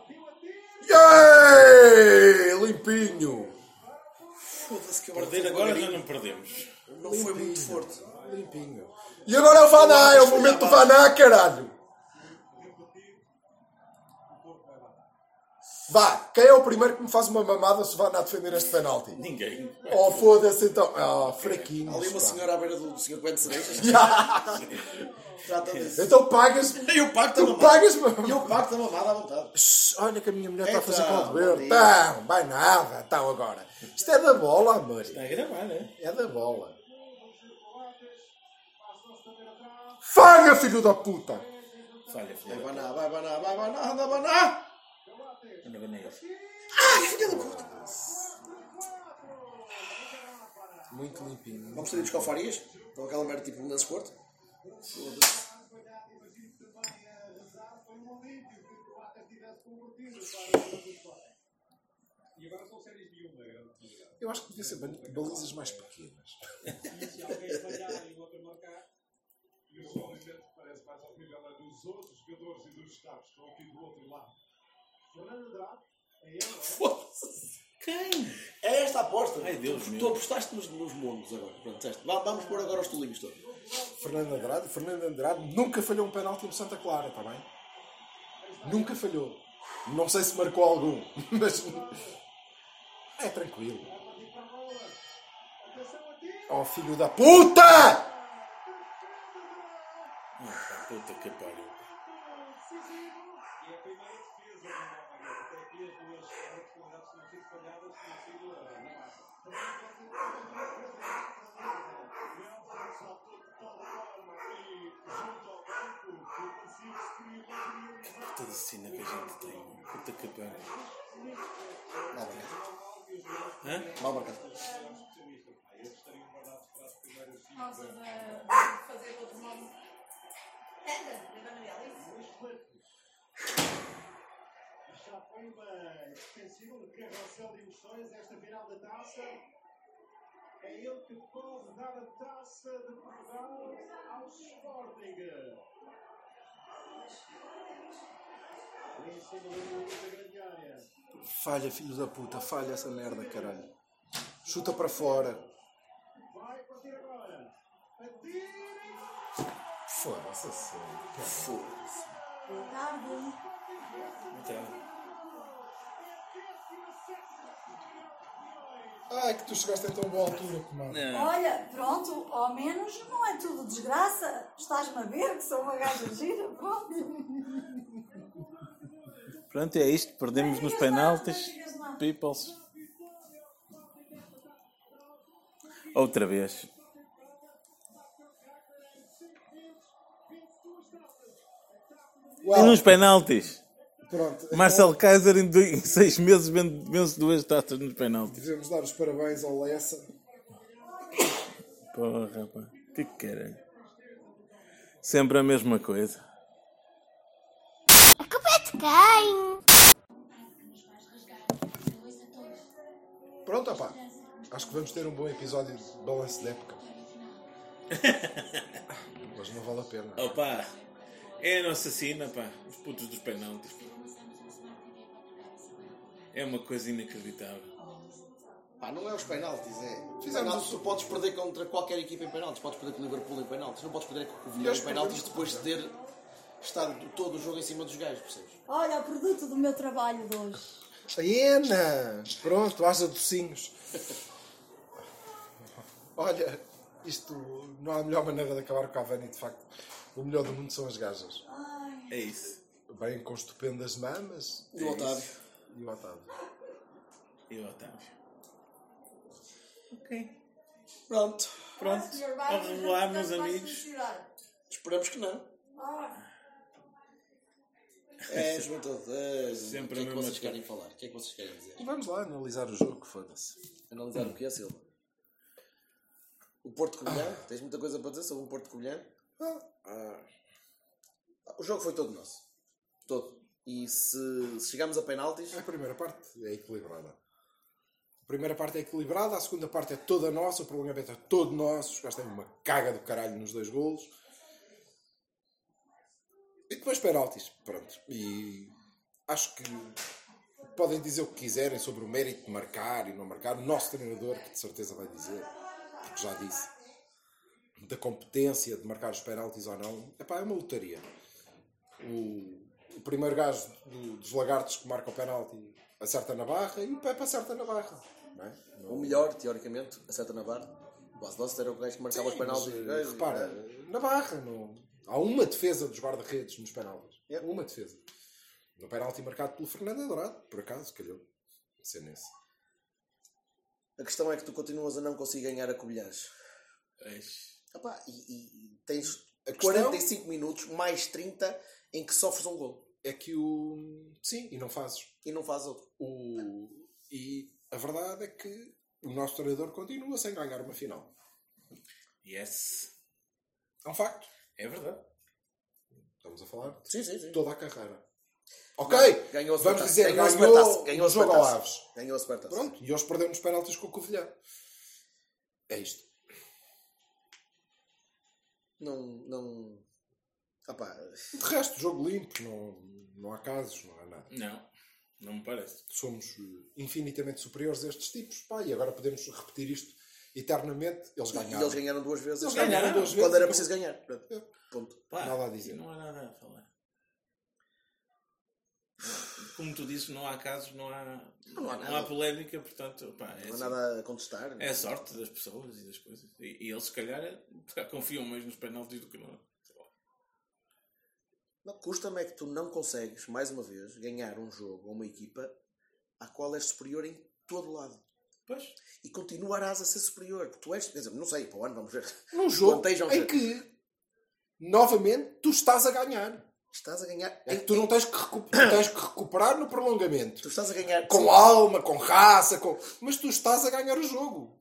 Yay! Limpinho! Foda-se que eu Perder agora já não perdemos. Não foi muito forte. Limpinho. E agora é o Vaná, é o momento do Vaná, caralho! Vá, quem é o primeiro que me faz uma mamada se o Vaná defender este penalti? Ninguém. Oh, foda-se então. Ah, fraquinho. Há ali uma [LAUGHS] senhora à beira do, do senhor que vende cerejas. Trata disso. Então pagas. tá E o tá pacto da Tu mamada. pagas-me. E o pacto da mamada à vontade. Shhh, Olha que a minha mulher está a fazer Então, com o doer. bom dia. Então, vai nada. Então agora. Isto é da bola, amor. Está a gravar, é? É da bola. Falha, filho da puta! Falha, Vai filha. banar, vai banar, vai banar, anda banar! Não ganhei esse. Ai, filha da puta! Muito limpinho. Vamos ter de buscar o Farias? Então aquela merda tipo no Porto? Foda-se. Eu acho que devia ser ban- balizas mais pequenas. Foda-se. Quem? É esta a aposta. Ai, Deus tu, meu. tu apostaste nos, nos mundos agora. Pronto, disseste, "Vá- Vamos pôr agora os tolinhos todos. Fernando Andrade, Fernando Andrade nunca falhou um penalti no Santa Clara, está bem? Nunca falhou. Não sei se marcou algum, [LAUGHS] mas é tranquilo. Oh filho da puta! Ah, Puta que pariu. Puta de cena que a gente tem. Puta que pariu. Mal marcado. Hã? Mal marcado. é Falha, filho da puta, falha essa merda, caralho. Chuta para fora. Foda-se. a sério, cara. Foda-se. Então, Ai, que tu chegaste a tão boa altura, comando. não. Olha, pronto, ao menos não é tudo [LAUGHS] desgraça. Estás-me a ver que sou uma gaja gira? Pronto. Pronto, é isto. Perdemos nos penaltis. Peoples. Outra vez. E nos penaltis. Pronto. Marcel Kaiser em, dois- em seis meses ven- vence duas taças nos penaltis. Devemos dar os parabéns ao Lessa. Porra, pá. Que caralho. Sempre a mesma coisa. A culpa é de quem? Pronto, opá. Acho que vamos ter um bom episódio de balanço de época. Mas não vale a pena. Opa, é a nossa sina, pá. Os putos dos penaltis. pá. É uma coisa inacreditável. Pá, não é os penaltis, é. Fizemos penaltis, o- tu podes perder contra qualquer equipa em penaltis. Podes perder com o Liverpool em penaltis. Não podes perder com o Covilhã Nós em penaltis perdemos depois de ter estado todo o jogo em cima dos gajos, percebes? Olha, o produto do meu trabalho de hoje. Ana! Pronto, haja docinhos. Olha, isto não há melhor maneira de acabar com o Cavani, de facto. O melhor do mundo são as gajas. É isso. Bem com estupendas mamas. E o É Otávio. isso. E o Otávio. E o Otávio. Ok. Pronto. Pronto. Ao revelar, meus amigos. Esperamos que não. É, juventude. É, Sempre o que é a que mesma coisa. vocês querem falar? O que é que vocês querem dizer? E vamos lá analisar o jogo, foda-se. Analisar o que é, Silva? O Porto Covilhã? Ah. Tens muita coisa para dizer sobre o Porto Covilhã? Ah. O jogo foi todo nosso. Todo. E se, se chegarmos a penaltis, A primeira parte é equilibrada. A primeira parte é equilibrada, a segunda parte é toda nossa, o prolongamento é todo nosso, os gajos têm uma caga do caralho nos dois golos. E depois penaltis, pronto. E acho que podem dizer o que quiserem sobre o mérito de marcar e não marcar. O nosso treinador, que de certeza vai dizer, porque já disse, da competência de marcar os penaltis ou não, epá, é uma lotaria. O, o primeiro gajo do- dos lagartos que marca o penalti acerta na barra e o Pepe acerta na barra. Não é? Não- o melhor, teoricamente, acerta na barra. O Vaslost era o gajo que marcava os Sim, penaltis. é. mas, eh, Gajo, repara, gajo. na barra não. há uma defesa dos guarda-redes nos penaltis. É. Uma defesa. No penalti marcado pelo Fernando Dourado, por acaso, calhou. Ser nesse. A questão é que tu continuas a não conseguir ganhar a Covilhãs. Epá, e, e- e tens questão- 45 minutos mais 30 em que sofres um gol É que o. Sim, e não fazes. e não fazes outro. O... E a verdade é que o nosso treinador continua sem ganhar uma final. Yes. É um facto. É verdade. Estamos a falar de Sim, sim, sim. toda a carreira. Ok! Ganhou a Vamos Supertaça. dizer, ganhou a ganhou, Supertaça. ganhou Ganhou o a jogo ao Supertaça. Aves. Ganhou a Supertaça. Pronto, e eles perdemos penaltis com o Covilhã. É isto. Não, não... Epá, De resto, jogo limpo, não, não há casos, não há nada. Não. Não me parece. Somos eh, infinitamente superiores a estes tipos, pá, e agora podemos repetir isto eternamente. Eles e ganharam. eles ganharam duas vezes. Eles ganharam duas vezes. então. Quando era preciso ganhar. Pronto. Ponto. Pá, Nada a dizer. Não há nada a falar. Não- Como tu disse, não há casos, não há, não, há há, nada. polémica, portanto, pá, é, Não há assim. nada a contestar. né? É a sorte das pessoas e das coisas. E, e eles, se calhar, pá, confiam mais nos penaltis do que nós. Não, Custa-me é que tu não consegues, mais uma vez, ganhar um jogo a uma equipa à qual és superior em todo lado. Pois. E continuarás a ser superior. Tu és, quer dizer, não sei, para o ano vamos ver. [LAUGHS] Num jogo Ontem já em foi. que, novamente, tu estás a ganhar. Estás a ganhar. É em- que tu não tens que, recu- tu tens que recuperar no prolongamento. tu estás a ganhar. Com alma, com raça, com... mas tu estás a ganhar o jogo.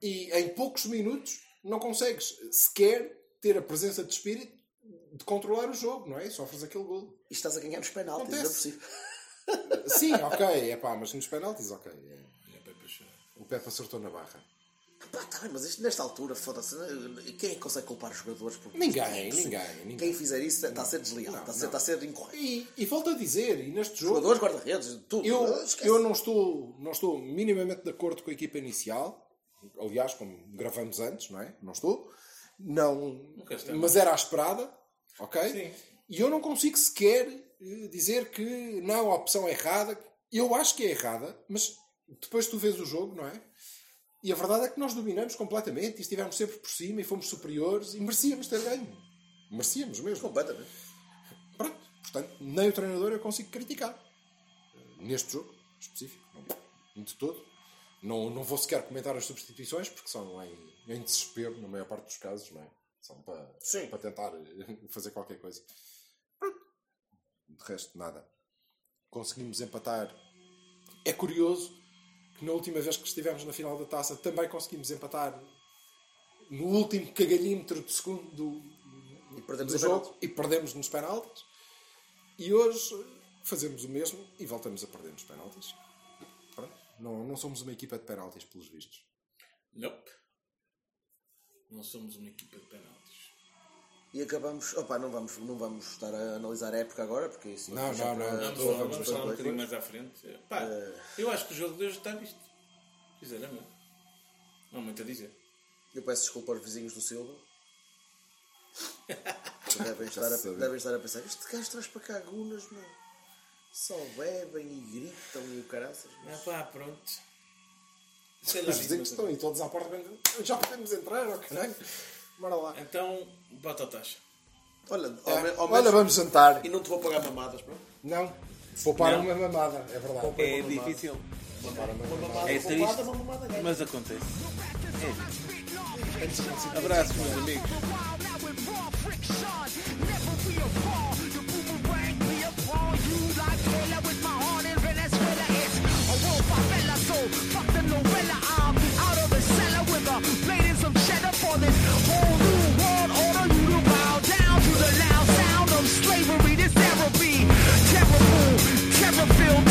E em poucos minutos não consegues sequer ter a presença de espírito de controlar o jogo, não é? E Sofres aquele golo. E estás a ganhar nos penaltis, não é Acontece. possível. Sim, ok, é pá, mas nos penaltis, ok. é. É para puxar. O Pepe acertou na barra. Pá, tá bem, mas isto, nesta altura, foda-se. né? Quem é que consegue culpar os jogadores? Por... Ninguém, Sim. ninguém, ninguém. Quem fizer isso está a ser desleal, Não, está a não. ser, está a ser incorreto. E, e volto a dizer, e neste jogo. Jogadores, guarda-redes, tudo. Eu, Esquece. eu não, estou, não estou minimamente de acordo com a equipa inicial. Aliás, como gravamos antes, não é? Não estou. Não, estamos. mas era à esperada, ok? Sim. E eu não consigo sequer eh, dizer que não, a opção é errada. Eu acho que é errada, mas depois tu vês o jogo, não é? E a verdade é que nós dominamos completamente e estivemos sempre por cima e fomos superiores e merecíamos ter ganho. Merecíamos mesmo. Completamente. Pronto, portanto, nem o treinador eu consigo criticar. neste jogo específico, é? de todo. Não, não vou sequer comentar as substituições, porque são em, em desespero, na maior parte dos casos, não é? São para, para tentar eh, [LAUGHS] fazer qualquer coisa. De resto, nada. Conseguimos empatar. É curioso que na última vez que estivemos na final da taça também conseguimos empatar no último cagalhímetro de segundo do, e perdemos do a jogo e perdemos nos penaltis. E hoje fazemos o mesmo e voltamos a perder nos penaltis. Pronto. Não, não somos uma equipa de penaltis, pelos vistos. Nope. Não somos uma equipa de penaltis. E acabamos. Opa, não vamos, não vamos estar a analisar a época agora, porque isso. Não, não, não, não, Vamos falar, vamos falar um bocadinho mais à frente. Pá, É. eu acho que o jogo de hoje está visto. Sinceramente. Não há muito a dizer. Eu peço desculpa aos vizinhos [LAUGHS] do Silva. Que devem, Já estar a, se sabia. devem estar a pensar: este gajo traz para cá gunas, meu. Só bebem e gritam e o caraças. meu." Ah pá, pronto. Sei lá, Os vizinhos diz-me estão aí todos à porta. [LAUGHS] Já podemos entrar, ó caralho. Bora lá. Então, bota a taxa. Olha, É. ao, me- ao Olha, vamos jantar. E não te vou pagar mamadas, pronto. Não. Poupar Não. uma mamada, é verdade. É difícil. É triste, mas acontece. É. Abraço, meus amigos. Terror filled